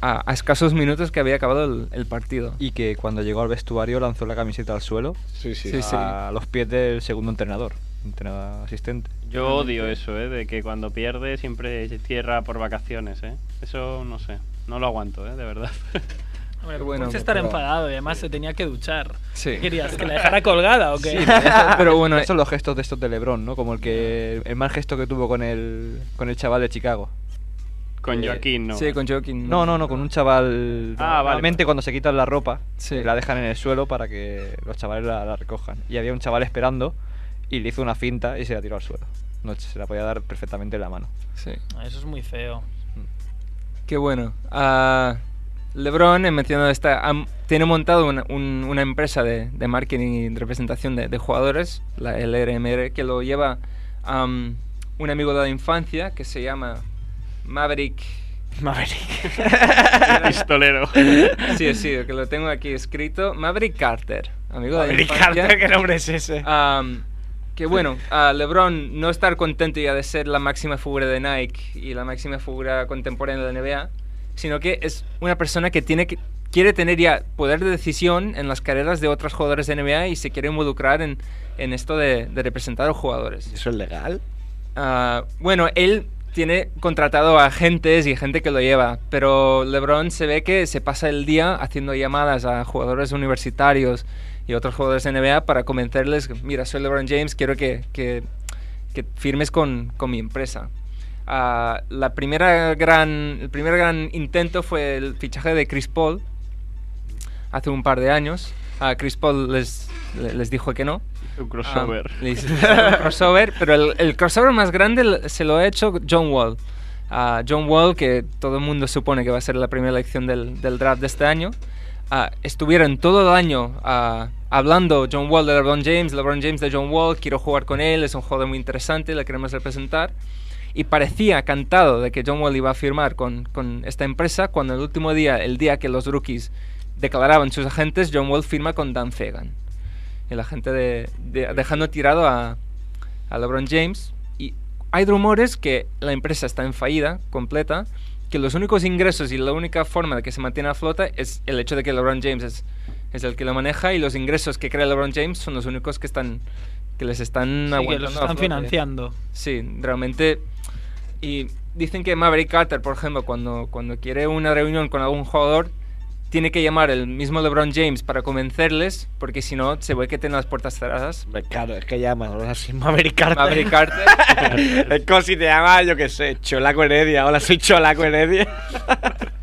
[SPEAKER 13] a, a escasos minutos que había acabado el, el partido.
[SPEAKER 11] Y que cuando llegó al vestuario lanzó la camiseta al suelo
[SPEAKER 7] sí.
[SPEAKER 11] a
[SPEAKER 7] Sí, sí.
[SPEAKER 11] los pies del segundo entrenador, entrenador asistente.
[SPEAKER 7] Yo odio eso, ¿eh? De que cuando pierde siempre se cierra por vacaciones, ¿eh? Eso no sé. No lo aguanto, ¿eh? De verdad.
[SPEAKER 9] Hombre,
[SPEAKER 7] bueno,
[SPEAKER 9] Pulse estar
[SPEAKER 7] pero-
[SPEAKER 9] enfadado y además se tenía que duchar.
[SPEAKER 11] Sí.
[SPEAKER 9] ¿Qué querías? ¿Que la dejara colgada o qué?
[SPEAKER 11] Sí, eso- pero bueno, esos son los gestos de estos de LeBron, ¿no? Como el que
[SPEAKER 13] Mm.
[SPEAKER 11] el mal gesto que tuvo con el con el chaval de Chicago.
[SPEAKER 7] Con
[SPEAKER 11] Eh,
[SPEAKER 7] Joaquín, ¿no?
[SPEAKER 13] sí, con Joaquín.
[SPEAKER 11] No, no, no, con un chaval.
[SPEAKER 7] Ah, vale,
[SPEAKER 11] Normalmente cuando se quitan la ropa, la dejan en el suelo para que los chavales la, la recojan. Y había un chaval esperando y le hizo una finta y se la tiró al suelo. No se la podía dar perfectamente en la mano.
[SPEAKER 13] Sí.
[SPEAKER 9] Ah, Eso es muy feo.
[SPEAKER 13] Qué bueno. Ah, LeBron, he mencionado esta, am- tiene montado una, un- una empresa de, de marketing y representación de, de jugadores, la LRMR, que lo lleva am, un amigo de la infancia que se llama Maverick. Maverick.
[SPEAKER 7] Pistolero.
[SPEAKER 13] Sí, sí, que lo tengo aquí escrito. Maverick Carter, amigo de la
[SPEAKER 17] Maverick
[SPEAKER 13] infancia. Um,
[SPEAKER 17] Carter, ¿qué nombre es ese?
[SPEAKER 13] Am, que bueno, a LeBron no estar contento ya de ser la máxima figura de Nike y la máxima figura contemporánea de la NBA, sino que es una persona que tiene que quiere tener ya poder de decisión en las carreras de otros jugadores de NBA y se quiere involucrar en, en esto de, de representar a los jugadores.
[SPEAKER 16] ¿Eso es legal?
[SPEAKER 13] Ah, bueno, él tiene contratado a agentes y gente que lo lleva, pero LeBron se ve que se pasa el día haciendo llamadas a jugadores universitarios y otros jugadores de NBA para convencerles, mira, soy LeBron James, quiero que, que- que firmes con, con mi empresa. Ah, la primera gran, el primer gran intento fue el fichaje de Chris Paul hace un par de años. A Chris Paul les, le- les dijo que no.
[SPEAKER 7] Un crossover.
[SPEAKER 13] Ah, le hizo un crossover, pero el, el crossover más grande l- se lo ha hecho John Wall. A John Wall, que todo el mundo supone que va a ser la primera elección del, del draft de este año, ah, estuvieron todo el año ah, hablando John Wall de LeBron James, LeBron James de John Wall, quiero jugar con él, es un jugador muy interesante, le queremos representar. Y parecía cantado de que John Wall iba a firmar con, con esta empresa cuando el último día, el día que los rookies declaraban sus agentes, John Wall firma con Dan Fagan. El agente de, de- dejando tirado a, a LeBron James. Y hay rumores que la empresa está en fallida completa, que los únicos ingresos y la única forma de que se mantiene a flota es el hecho de que LeBron James es, es el que lo maneja y los ingresos que crea LeBron James son los únicos que están que les están
[SPEAKER 9] Sí, que
[SPEAKER 13] aguantando
[SPEAKER 9] los
[SPEAKER 13] a
[SPEAKER 9] están
[SPEAKER 13] flote.
[SPEAKER 9] financiando.
[SPEAKER 13] Sí, realmente. Y dicen que Maverick Carter, por ejemplo, cuando, cuando quiere una reunión con algún jugador, tiene que llamar el mismo LeBron James para convencerles, porque si no, se ve que tienen las puertas cerradas.
[SPEAKER 16] Claro, es que llamas ahora sí Maverick Carter.
[SPEAKER 13] Maverick Carter.
[SPEAKER 16] es como si te llamas, yo qué sé, Cholaco Heredia. Hola, soy Cholaco Heredia.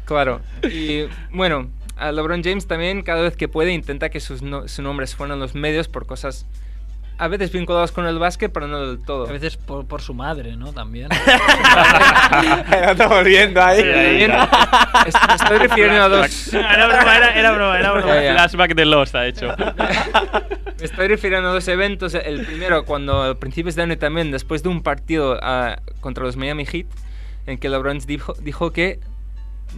[SPEAKER 13] Claro. Y bueno, a LeBron James también cada vez que puede intenta que sus no- su nombre suene en los medios por cosas a veces vinculadas con el básquet, pero no del todo.
[SPEAKER 2] A veces por, por su madre, ¿no? También.
[SPEAKER 13] está volviendo ahí. Me estoy refiriendo a dos.
[SPEAKER 7] Flashback. Era broma, era, era broma, era broma.
[SPEAKER 13] Ya, ya.
[SPEAKER 7] Flashback de Lost, ha hecho.
[SPEAKER 13] Me estoy refiriendo a dos eventos. El primero, cuando a principios de año también, después de un partido ah, contra los Miami Heat, en que LeBron dijo, dijo que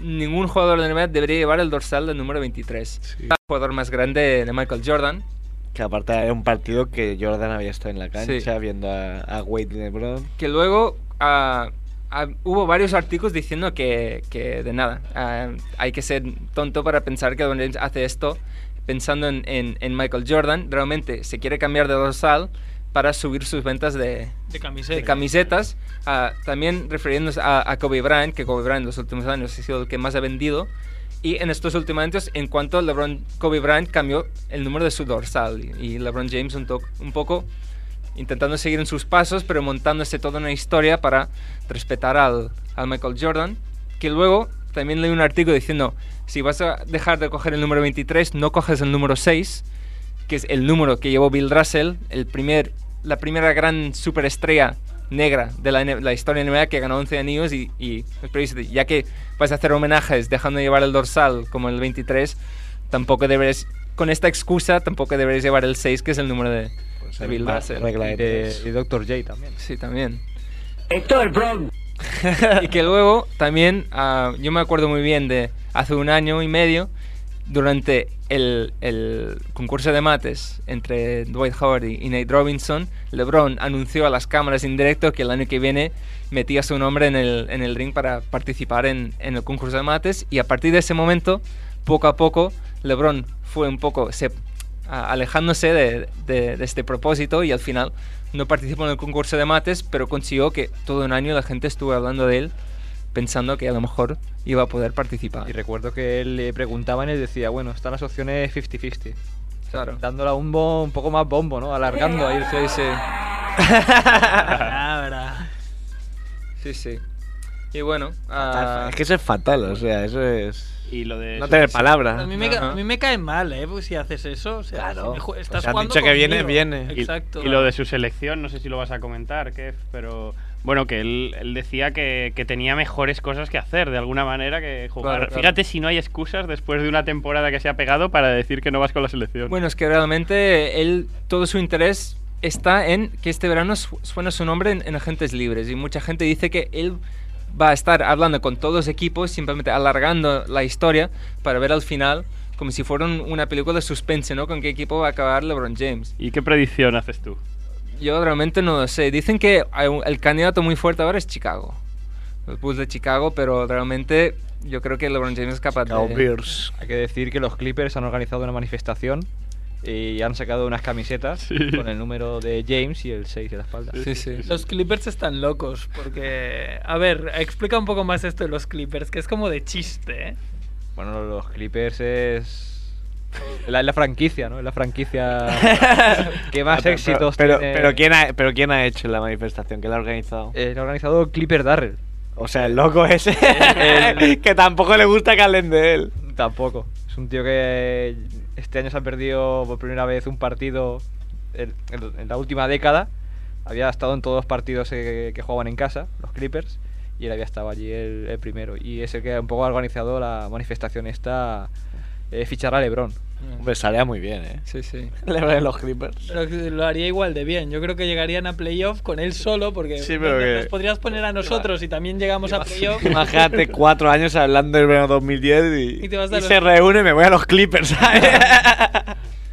[SPEAKER 13] ningún jugador de NBA debería llevar el dorsal del número 23. El jugador más grande de Michael Jordan.
[SPEAKER 16] Que aparte era un partido que Jordan había estado en la cancha
[SPEAKER 13] Sí.
[SPEAKER 16] viendo a, a Wade y LeBron.
[SPEAKER 13] que luego ah, ah, hubo varios artículos diciendo que, que de nada, ah, hay que ser tonto para pensar que LeBron James hace esto pensando en, en- en Michael Jordan. Realmente se quiere cambiar de dorsal para subir sus ventas de,
[SPEAKER 9] De camisetas.
[SPEAKER 13] de camisetas. Ah, también refiriéndonos a, a Kobe Bryant, que Kobe Bryant en los últimos años ha sido el que más ha vendido. Y en estos últimos años, en cuanto LeBron, Kobe Bryant cambió el número de su dorsal y y LeBron James un, to- un poco intentando seguir en sus pasos, pero montándose toda una historia para respetar al, al Michael Jordan, que luego también leí un artículo diciendo, si vas a dejar de coger el número 23, no coges el número 6, que es el número que llevó Bill Russell, el primer, la primera gran superestrella negra de la, N- la historia NBA que ganó 11 anillos y, y los periodistas dicen, ya que vas a hacer homenajes dejando de llevar el dorsal como el 23, tampoco deberes, con esta excusa, tampoco deberes llevar el 6, que es el número de, de
[SPEAKER 11] el
[SPEAKER 13] Bill
[SPEAKER 11] ma-
[SPEAKER 13] Russell.
[SPEAKER 11] Pues regla de Y de- tres. y
[SPEAKER 13] Dr. J también. Sí, también. y que luego también, ah, yo me acuerdo muy bien de hace un año y medio, durante el, el concurso de mates entre Dwight Howard y y Nate Robinson, LeBron anunció a las cámaras en directo que el año que viene metía su nombre en el, en el ring para participar en, en el concurso de mates y a partir de ese momento, poco a poco, LeBron fue un poco se, a- alejándose de, de- de este propósito y al final no participó en el concurso de mates, pero consiguió que todo un año la gente estuvo hablando de él pensando que a lo mejor iba a poder participar.
[SPEAKER 11] Y recuerdo que él le preguntaban y él decía, bueno, están las opciones 50-50. O sea,
[SPEAKER 13] Claro.
[SPEAKER 11] Dándole a un, bo- un poco más bombo, ¿no? Alargando ahí.
[SPEAKER 13] Sí, sí.
[SPEAKER 9] Palabra.
[SPEAKER 13] Sí, sí. Y bueno, ah,
[SPEAKER 16] es que eso es fatal, o sea, eso es...
[SPEAKER 7] Y lo de
[SPEAKER 16] No tener palabra.
[SPEAKER 9] A mí, me, ca-
[SPEAKER 16] Ajá.
[SPEAKER 9] a mí me cae mal, ¿eh? Pues si haces eso, o sea, si me jue- estás
[SPEAKER 16] O sea, han
[SPEAKER 9] jugando
[SPEAKER 16] dicho que
[SPEAKER 9] conmigo.
[SPEAKER 16] viene, viene.
[SPEAKER 7] Y-
[SPEAKER 9] Exacto.
[SPEAKER 7] Y, lo de su selección, no sé si lo vas a comentar, Kev, pero bueno, que él, él decía que, que tenía mejores cosas que hacer, de alguna manera, que jugar.
[SPEAKER 13] Claro, claro.
[SPEAKER 7] Fíjate si no hay excusas después de una temporada que se ha pegado para decir que no vas con la selección.
[SPEAKER 13] bueno, es que realmente él, todo su interés está en que este verano su- suena su nombre en, en agentes libres y mucha gente dice que él va a estar hablando con todos los equipos, simplemente alargando la historia para ver al final como si fuera un- una película de suspense, ¿no? Con qué equipo va a acabar LeBron James.
[SPEAKER 7] ¿Y qué predicción haces tú?
[SPEAKER 13] Yo realmente no lo sé. Dicen que hay un- el candidato muy fuerte ahora es Chicago. Los Bulls de Chicago, pero realmente yo creo que LeBron James es capaz de...
[SPEAKER 11] Hay que decir que los Clippers han organizado una manifestación y han sacado unas camisetas con el número de James y el 6 de la espalda.
[SPEAKER 9] Los Clippers están locos porque... A ver, explica un poco más esto de los Clippers, que es como de chiste, ¿eh?
[SPEAKER 11] Bueno, los Clippers es. La, la franquicia, ¿no? Es la franquicia que más
[SPEAKER 16] Ah, pero-
[SPEAKER 11] éxitos
[SPEAKER 16] pero,
[SPEAKER 11] tiene.
[SPEAKER 16] Pero, ¿quién ha, pero ¿quién ha hecho la manifestación? ¿Quién la ha organizado?
[SPEAKER 11] El organizado Clipper Darrell.
[SPEAKER 16] O sea, el loco ese.
[SPEAKER 11] El-
[SPEAKER 16] que tampoco le gusta que hablen de él.
[SPEAKER 11] Tampoco. Es un tío que este año se ha perdido por primera vez un partido en, en- en la última década. Había estado en todos los partidos eh, que, jugaban en casa, los Clippers, y él había estado allí el, el primero. Y es el que un poco ha organizado la manifestación esta, eh, fichar a Lebron.
[SPEAKER 16] Hombre, salía muy bien, ¿eh?
[SPEAKER 13] Sí, sí.
[SPEAKER 16] Lebron en los Clippers.
[SPEAKER 9] Pero que lo haría igual de bien. Yo creo que llegarían a playoff con él solo porque
[SPEAKER 16] Sí, pero
[SPEAKER 9] venga,
[SPEAKER 16] que-
[SPEAKER 9] nos podrías poner a nosotros y también llegamos a playoff.
[SPEAKER 16] Imagínate cuatro años hablando del verano 2010 y,
[SPEAKER 9] Y te vas a
[SPEAKER 16] y
[SPEAKER 9] los-
[SPEAKER 16] se reúne y me voy a los Clippers, ¿sabes?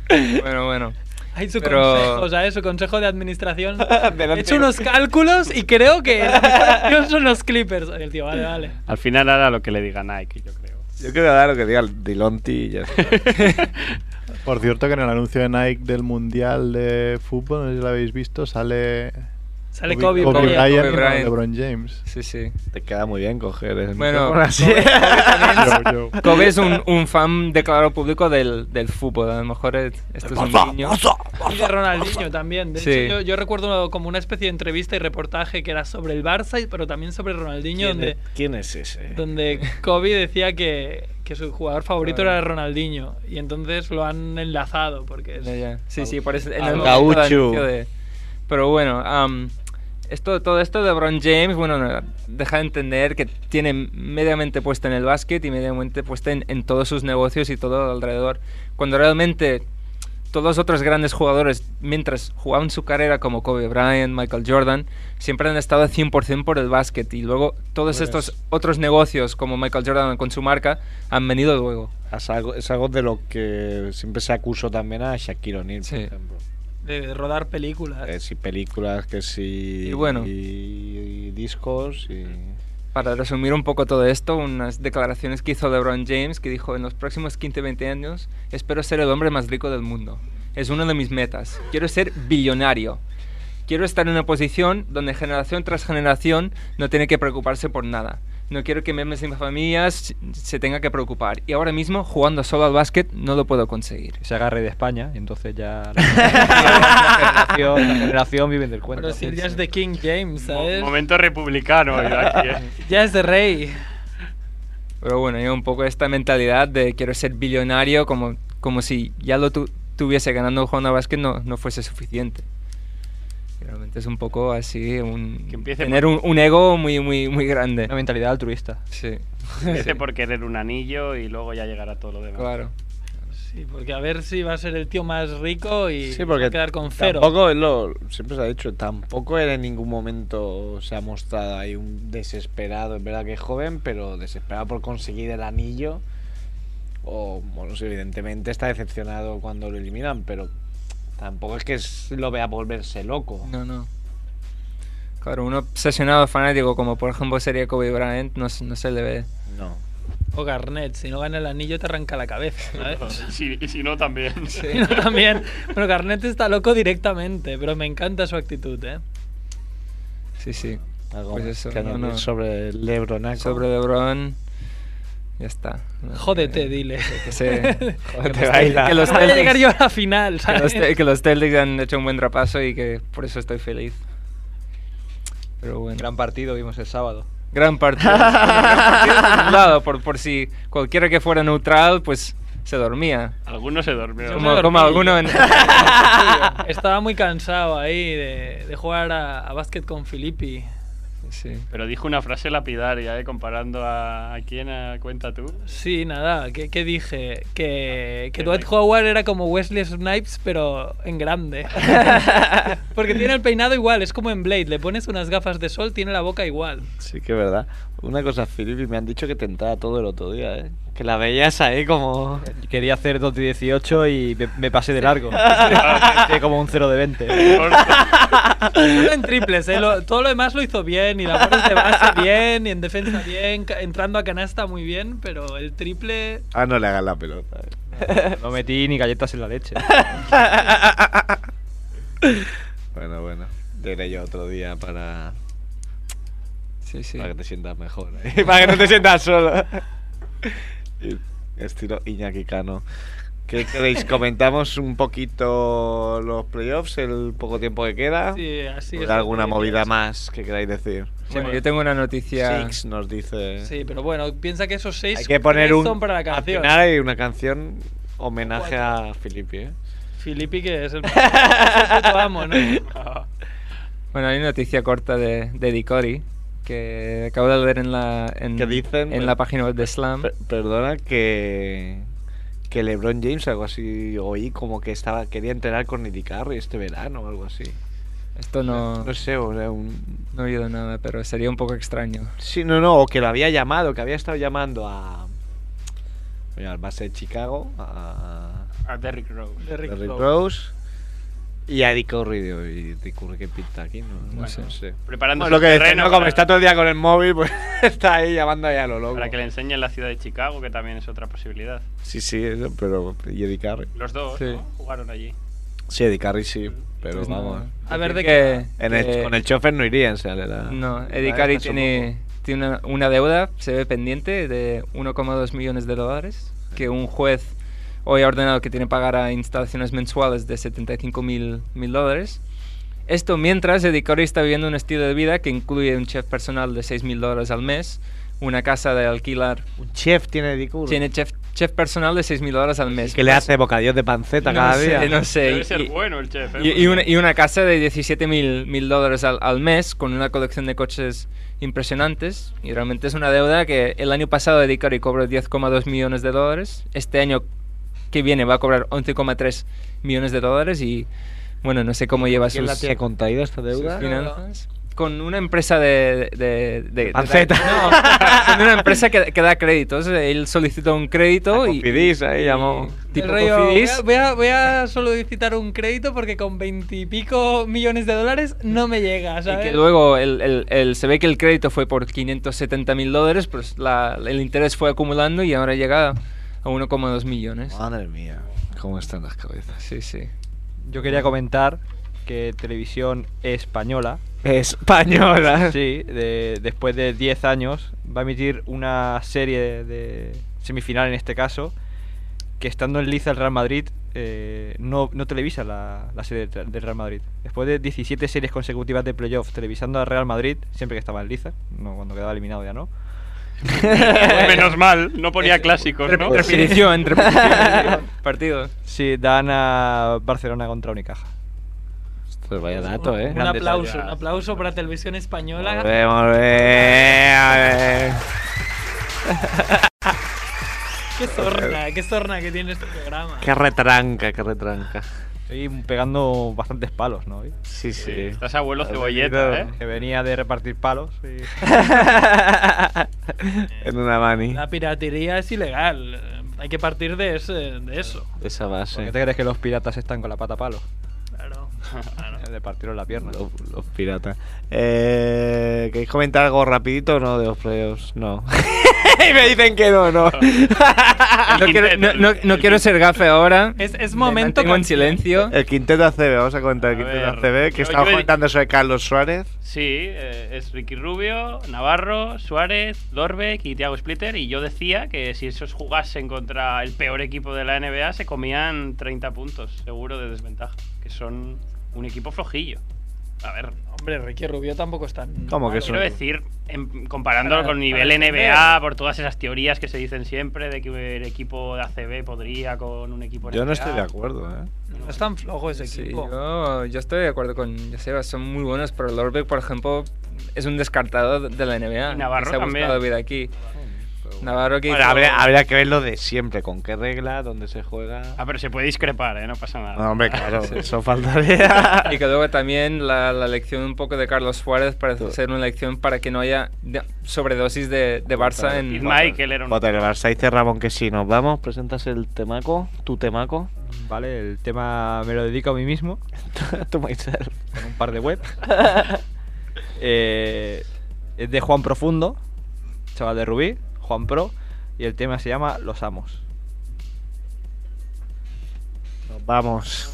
[SPEAKER 13] Bueno, bueno.
[SPEAKER 9] Hay su
[SPEAKER 13] Pero-
[SPEAKER 9] consejo, ¿sabes? Su consejo de administración. He hecho
[SPEAKER 13] Delante.
[SPEAKER 9] unos cálculos y creo que la mejor opción son los Clippers. El tío, vale, vale.
[SPEAKER 7] Al final hará lo que le diga Nike, yo creo.
[SPEAKER 16] Yo creo que da lo que diga el Dilonti y ya está.
[SPEAKER 8] Por cierto, que en el anuncio de Nike del Mundial de Fútbol, no sé si lo habéis visto, sale
[SPEAKER 20] Sale
[SPEAKER 8] Kobe
[SPEAKER 20] Kobe,
[SPEAKER 8] Kobe
[SPEAKER 20] Bryant.
[SPEAKER 8] Bryant.
[SPEAKER 20] Kobe
[SPEAKER 8] Bryant.
[SPEAKER 21] LeBron James.
[SPEAKER 13] Sí, sí.
[SPEAKER 8] Te queda muy bien coger el
[SPEAKER 13] Bueno,
[SPEAKER 8] micrófono así.
[SPEAKER 13] Kobe, Kobe
[SPEAKER 8] Yo,
[SPEAKER 13] también
[SPEAKER 8] yo.
[SPEAKER 13] es- Kobe es un, un fan declarado público del, del fútbol. A lo mejor es- esto es un niño.
[SPEAKER 9] Y de Ronaldinho también. De
[SPEAKER 13] Sí.
[SPEAKER 9] hecho, yo, yo recuerdo como una especie de entrevista y reportaje que era sobre el Barça, y- pero también sobre Ronaldinho,
[SPEAKER 8] ¿Quién,
[SPEAKER 9] donde,
[SPEAKER 8] es, quién es ese?
[SPEAKER 9] donde Kobe decía que, que su jugador favorito era Ronaldinho. Y entonces lo han enlazado porque es...
[SPEAKER 13] Ya, ya. Sí, sí, por eso. en
[SPEAKER 9] Al
[SPEAKER 13] el momento del
[SPEAKER 9] Ah, gaucho.
[SPEAKER 13] anuncio de- Pero bueno, am, esto, todo esto de LeBron James, bueno, no, deja de entender que tiene mediamente puesta en el básquet y mediamente puesta en, en todos sus negocios y todo alrededor. Cuando realmente todos los otros grandes jugadores, mientras jugaban su carrera como Kobe Bryant, Michael Jordan, siempre han estado 100% por el básquet y luego todos
[SPEAKER 8] Pues-
[SPEAKER 13] estos otros negocios como Michael Jordan con su marca han venido luego.
[SPEAKER 8] Es algo, es algo de lo que siempre se acusó también a Shaquille O'Neal, por ejemplo.
[SPEAKER 9] de rodar películas.
[SPEAKER 8] Que Eh, si películas, que si
[SPEAKER 13] Y bueno. Mm.
[SPEAKER 8] y discos y...
[SPEAKER 13] Para resumir un poco todo esto, unas declaraciones que hizo LeBron James, que dijo, en los próximos 15-20 años espero ser el hombre más rico del mundo. Es una de mis metas. Quiero ser billonario. Quiero estar en una posición donde generación tras generación no tiene que preocuparse por nada. No quiero que memes de mi familia s- se tenga que preocupar. Y ahora mismo, jugando solo al básquet, no lo puedo conseguir.
[SPEAKER 11] Se agarre de España y entonces ya. La generación, la generación viven del cuento.
[SPEAKER 9] Pero si ya es de King James, ¿sabes?
[SPEAKER 7] Momento republicano hoy aquí, eh.
[SPEAKER 9] Ya es de rey.
[SPEAKER 13] Pero bueno, yo un poco esta mentalidad de quiero ser billonario, como, como si ya lo tu- tuviese ganando jugando a básquet no, no fuese suficiente. Y Realmente es un poco así, un,
[SPEAKER 7] empiece
[SPEAKER 13] tener
[SPEAKER 7] por-
[SPEAKER 13] un, un ego muy, muy, muy grande. Una
[SPEAKER 11] mentalidad altruista.
[SPEAKER 13] Sí.
[SPEAKER 7] Empiece por querer un anillo y luego ya llegará todo lo demás.
[SPEAKER 13] Claro.
[SPEAKER 9] Sí, porque a ver si va a ser el tío más rico y
[SPEAKER 7] Sí,
[SPEAKER 9] se va
[SPEAKER 7] porque
[SPEAKER 9] a quedar con cero.
[SPEAKER 6] Tampoco, es lo, siempre se ha dicho, tampoco él en ningún momento se ha mostrado ahí un desesperado. Es verdad que es joven, pero desesperado por conseguir el anillo. O, bueno, sí, evidentemente está decepcionado cuando lo eliminan, pero tampoco es que s- lo vea volverse loco.
[SPEAKER 13] No, no. Claro, un obsesionado fanático como por ejemplo sería Kobe Bryant no, se- no se le ve.
[SPEAKER 6] No.
[SPEAKER 9] O Garnett, si no gana el anillo te arranca la cabeza, ¿sabes?
[SPEAKER 7] Y si, y si no, también.
[SPEAKER 9] Sí, no, también. Bueno, Garnett está loco directamente, pero me encanta su actitud, ¿eh?
[SPEAKER 13] Sí, sí.
[SPEAKER 6] Algo
[SPEAKER 13] Pues
[SPEAKER 6] más
[SPEAKER 13] eso,
[SPEAKER 6] que
[SPEAKER 13] no,
[SPEAKER 6] añadir
[SPEAKER 13] no.
[SPEAKER 6] sobre Lebronaco.
[SPEAKER 13] Sobre LeBron. Ya está. No sé.
[SPEAKER 9] Jódete, dile.
[SPEAKER 13] Que se.
[SPEAKER 6] Jódete,
[SPEAKER 13] que los-
[SPEAKER 6] baila.
[SPEAKER 13] Que los
[SPEAKER 9] Voy a
[SPEAKER 13] Celtics-
[SPEAKER 9] llegar yo a la final,
[SPEAKER 13] Que los,
[SPEAKER 9] ¿sabes?
[SPEAKER 13] Te- que los Celtics han hecho un buen repaso y que por eso estoy feliz. Pero bueno.
[SPEAKER 11] Gran partido vimos el sábado.
[SPEAKER 13] Gran partido. Gran partido por un lado, por, por si cualquiera que fuera neutral, pues se dormía.
[SPEAKER 7] Algunos se dormieron.
[SPEAKER 13] Como- como alguno en-
[SPEAKER 9] Estaba muy cansado ahí de, de jugar a, a básquet con Filippi.
[SPEAKER 13] Sí.
[SPEAKER 7] Pero dijo una frase lapidaria, ¿eh? Comparando a, ¿a quién a cuenta tú.
[SPEAKER 9] Sí, nada, ¿qué, qué dije?
[SPEAKER 7] Ah,
[SPEAKER 9] Que, que Dwight Howard era como Wesley Snipes, pero en grande. Porque tiene el peinado igual, es como en Blade, le pones unas gafas de sol, tiene la boca igual.
[SPEAKER 6] Sí que es verdad. Una cosa, Filipe, me han dicho que te entraba todo el otro día, ¿eh? Que la veías ahí como...
[SPEAKER 11] Quería hacer 2 de 18 y me, me pasé de largo. Hice como un 0 de 20.
[SPEAKER 9] Solo en triples, ¿eh? Lo- todo lo demás lo hizo bien, y labores de base bien, y en defensa bien, ca- entrando a canasta muy bien, pero el triple...
[SPEAKER 8] Ah, no le hagas la pelota.
[SPEAKER 11] No metí ni galletas en la leche.
[SPEAKER 8] Bueno, bueno.
[SPEAKER 6] Diré yo otro día para...
[SPEAKER 13] Sí, sí.
[SPEAKER 6] Para que te sientas mejor. ¿eh? para que no te sientas solo. Estilo Iñaki Cano. ¿Qué queréis? ¿Comentamos un poquito los playoffs, el poco tiempo que queda?
[SPEAKER 9] Sí, así
[SPEAKER 6] ¿O
[SPEAKER 9] es lo
[SPEAKER 6] ¿Alguna
[SPEAKER 9] que
[SPEAKER 6] movida
[SPEAKER 9] pienso.
[SPEAKER 6] más que queráis decir?
[SPEAKER 13] Bueno, yo tengo una noticia.
[SPEAKER 6] Six nos dice...
[SPEAKER 9] Sí, pero bueno, piensa que esos seis
[SPEAKER 6] Hay que poner
[SPEAKER 9] tres
[SPEAKER 6] un...
[SPEAKER 9] son para la
[SPEAKER 6] al
[SPEAKER 9] canción.
[SPEAKER 6] final hay una canción homenaje a Filipe, ¿eh?
[SPEAKER 9] Filippi que es el... es el puto amo, ¿no?
[SPEAKER 13] Bueno, hay una noticia corta de, de Dicori que acabo de leer en la, en,
[SPEAKER 6] ¿Qué dicen?
[SPEAKER 13] en la página web de Slam.
[SPEAKER 6] Per- perdona que que LeBron James algo así oí como que estaba quería entrenar con Nicky Carry este verano o algo así.
[SPEAKER 13] Esto no,
[SPEAKER 6] no sé, o sea, un
[SPEAKER 13] no he oído nada, pero sería un poco extraño.
[SPEAKER 6] sí, no, no, o que lo había llamado, que había estado llamando a oye, al base de Chicago, a
[SPEAKER 7] A Derrick Rose.
[SPEAKER 6] Derrick Rose y a Dick Curry, digo, y Dick Curry que pinta aquí, no,
[SPEAKER 7] No sé. Preparando
[SPEAKER 6] Preparando lo
[SPEAKER 7] el
[SPEAKER 6] que decía,
[SPEAKER 7] terreno
[SPEAKER 6] ¿no? como
[SPEAKER 7] para-
[SPEAKER 6] está todo el día con el móvil, pues está ahí llamando ahí a lo loco.
[SPEAKER 7] Para que le enseñen la ciudad de Chicago, que también es otra posibilidad.
[SPEAKER 6] Sí, sí, eso, pero y Eddie Curry.
[SPEAKER 7] Los dos ¿no? jugaron allí.
[SPEAKER 6] Sí, Eddie Carry sí, pero
[SPEAKER 13] Pues nada.
[SPEAKER 6] vamos.
[SPEAKER 13] A ver de qué-
[SPEAKER 6] En el-
[SPEAKER 13] que-
[SPEAKER 6] con el chofer no iría en Salera.
[SPEAKER 13] No, Eddie Carey tiene, tiene una, una deuda, se ve pendiente, de 1,2 millones de dólares, que un juez hoy ha ordenado que tiene que pagar a instalaciones mensuales de 75 mil dólares. Esto mientras Eddie Carey está viviendo un estilo de vida que incluye un chef personal de 6 mil dólares al mes, una casa de alquilar... ¿Un
[SPEAKER 6] chef tiene Eddie Curry?
[SPEAKER 13] Tiene chef, chef personal de 6 mil dólares al mes.
[SPEAKER 6] Que le
[SPEAKER 13] Más-
[SPEAKER 6] hace bocadillos de panceta
[SPEAKER 13] no
[SPEAKER 6] cada
[SPEAKER 13] sé,
[SPEAKER 6] día.
[SPEAKER 13] No sé.
[SPEAKER 7] Debe ser bueno el chef, ¿eh?
[SPEAKER 13] y- y una, y una casa de 17 mil dólares al, al mes con una colección de coches impresionantes. Y realmente es una deuda que el año pasado Eddie Curry cobró 10,2 millones de dólares. Este año que viene va a cobrar 11,3 millones de dólares. Y bueno, no sé cómo lleva
[SPEAKER 6] ¿Quién
[SPEAKER 13] sus.
[SPEAKER 6] la tiene contraída esta deuda?
[SPEAKER 13] sus finanzas. Con una empresa de. de, de- de- de-
[SPEAKER 6] Panceta.
[SPEAKER 13] no, con una empresa que, que da créditos. Él solicitó un crédito y.
[SPEAKER 6] Cofidis, ahí llamó.
[SPEAKER 13] Tipo
[SPEAKER 9] El rollo, voy,
[SPEAKER 13] Cofidis.
[SPEAKER 9] a, voy, a, voy a solicitar un crédito porque con veintipico millones de dólares no me llega,
[SPEAKER 13] Y
[SPEAKER 9] ¿sabes?
[SPEAKER 13] que luego el, el- el- se ve que el crédito fue por 570 mil dólares, pues la- el interés fue acumulando y ahora llega a 1,2 millones.
[SPEAKER 6] Madre mía, cómo están las cabezas.
[SPEAKER 13] Sí, sí.
[SPEAKER 11] Yo quería comentar que Televisión Española.
[SPEAKER 6] Española.
[SPEAKER 11] Sí, de- después de 10 años va a emitir una serie de semifinal en este caso, que estando en liza el Real Madrid eh, no, no televisa la, la serie del del Real Madrid. Después de 17 series consecutivas de playoff televisando al Real Madrid, siempre que estaba en liza, no cuando quedaba eliminado ya no.
[SPEAKER 7] Menos mal, no ponía clásicos, ¿no?
[SPEAKER 11] eh, Repetición, repetición.
[SPEAKER 13] Partidos.
[SPEAKER 11] Sí, dan a Barcelona contra Unicaja.
[SPEAKER 6] Pues vaya dato, eh.
[SPEAKER 9] Un aplauso, un aplauso para Televisión Española.
[SPEAKER 6] Vemos, eh.
[SPEAKER 9] Qué sorna, qué sorna que tiene este programa.
[SPEAKER 6] Qué retranca, qué retranca.
[SPEAKER 11] Estoy pegando bastantes palos, ¿no?
[SPEAKER 6] Sí, sí.
[SPEAKER 7] estás abuelo cebolleta, ¿eh?
[SPEAKER 11] Que venía de repartir palos. y-
[SPEAKER 6] en una mani.
[SPEAKER 9] La piratería es ilegal. eh, Hay que partir de, ese- de eso.
[SPEAKER 6] Esa
[SPEAKER 11] ¿Por
[SPEAKER 6] base.
[SPEAKER 11] qué te crees que los piratas están con la pata a palo?
[SPEAKER 9] Claro.
[SPEAKER 11] Le partieron la pierna.
[SPEAKER 6] Los, los piratas. Eh, ¿Queréis comentar algo rapidito o no de los playoffs? No. y me dicen que no, no.
[SPEAKER 13] No quiero, no- no- no quiero ser gafe ahora.
[SPEAKER 9] Es, es
[SPEAKER 13] momento. en silencio.
[SPEAKER 6] El quinteto ACB, vamos a comentar el quinteto
[SPEAKER 7] ver,
[SPEAKER 6] ACB, que
[SPEAKER 7] yo-
[SPEAKER 6] estaba
[SPEAKER 7] yo he-
[SPEAKER 6] comentando sobre Carlos Suárez.
[SPEAKER 7] Sí, eh, es Ricky Rubio, Navarro, Suárez, Dorbeck y Thiago Splitter. Y yo decía que si esos jugasen contra el peor equipo de la NBA, se comían 30 puntos, seguro, de desventaja. Que son un equipo flojillo. A ver.
[SPEAKER 9] Hombre, Ricky Rubio tampoco está.
[SPEAKER 6] ¿Cómo que
[SPEAKER 7] Quiero
[SPEAKER 6] son?
[SPEAKER 7] decir, en- comparándolo
[SPEAKER 9] Para-
[SPEAKER 7] con
[SPEAKER 9] para
[SPEAKER 7] nivel
[SPEAKER 9] entender.
[SPEAKER 7] NBA, por todas esas teorías que se dicen siempre de que el equipo de ACB podría con un equipo
[SPEAKER 6] Yo
[SPEAKER 7] NBA.
[SPEAKER 6] no estoy de acuerdo, ¿eh?
[SPEAKER 9] No es tan flojo ese
[SPEAKER 13] Sí,
[SPEAKER 9] equipo.
[SPEAKER 13] yo, yo estoy de acuerdo con Joseba, son muy buenos, pero Lorbeck, por ejemplo, es un descartado de la NBA.
[SPEAKER 7] Y Navarro
[SPEAKER 13] que se ha
[SPEAKER 7] también.
[SPEAKER 13] buscado vida aquí. Navarro que
[SPEAKER 6] Bueno,
[SPEAKER 13] hizo-
[SPEAKER 6] habría, habría que ver lo de siempre, con qué regla, dónde se juega.
[SPEAKER 7] Ah, pero se puede discrepar, ¿eh? No pasa nada.
[SPEAKER 6] No, hombre, claro, eso faltaría.
[SPEAKER 13] Y que luego también la, la lección un poco de Carlos Suárez parece ser una lección para que no haya de- sobredosis de, de Barça en...
[SPEAKER 7] Michael era un
[SPEAKER 6] Jota, el Barça dice Ramón que sí, nos vamos, presentas el temaco, tu temaco.
[SPEAKER 11] Vale, el tema me lo dedico a mí mismo.
[SPEAKER 6] Tú, myself.
[SPEAKER 11] con un par de web. Eh, es de Juan Profundo, chaval de Rubí, Juan Pro, y el tema se llama Los Amos.
[SPEAKER 6] Nos vamos.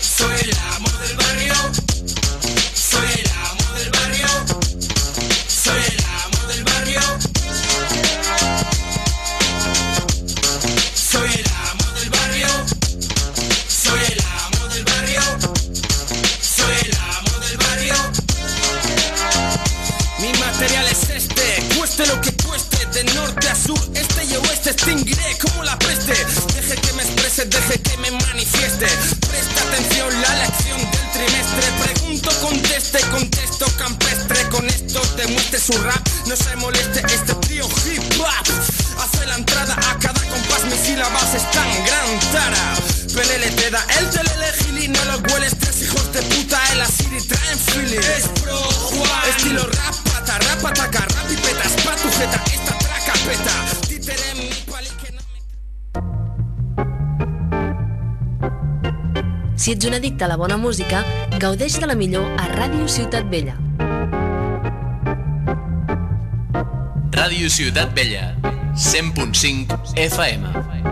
[SPEAKER 22] Soy el amo del barrio. Soy el amo del barrio. Soy el amo del barrio. Soy el amo del barrio. Soy el amo del barrio. Soy el amo del barrio.
[SPEAKER 19] Mi material es este, cueste lo que cueste, de norte a sur, este y oeste, extinguiré como la peste. Deje que me exprese, deje que me manifieste. Presta atención la lección del trimestre. Pregunto, conteste, contesto campestre. Con esto te muestre su rap, no se moleste este tío hip hop. Hace la entrada a cada compás, mis sílabas están gran tara. Pelele te da el telele gili, no lo hueles, tres hijos de puta en la city traen fili. Es pro Juan, estilo rap, pata, rap, ataca, rap y petas, pa' tu jeta, esta traca peta. Títere en mi pali que no-
[SPEAKER 14] Si ets un addicte a la bona música, gaudeix de la millor a Ràdio Ciutat Vella.
[SPEAKER 23] Ràdio Ciutat Vella, 100.5 FM.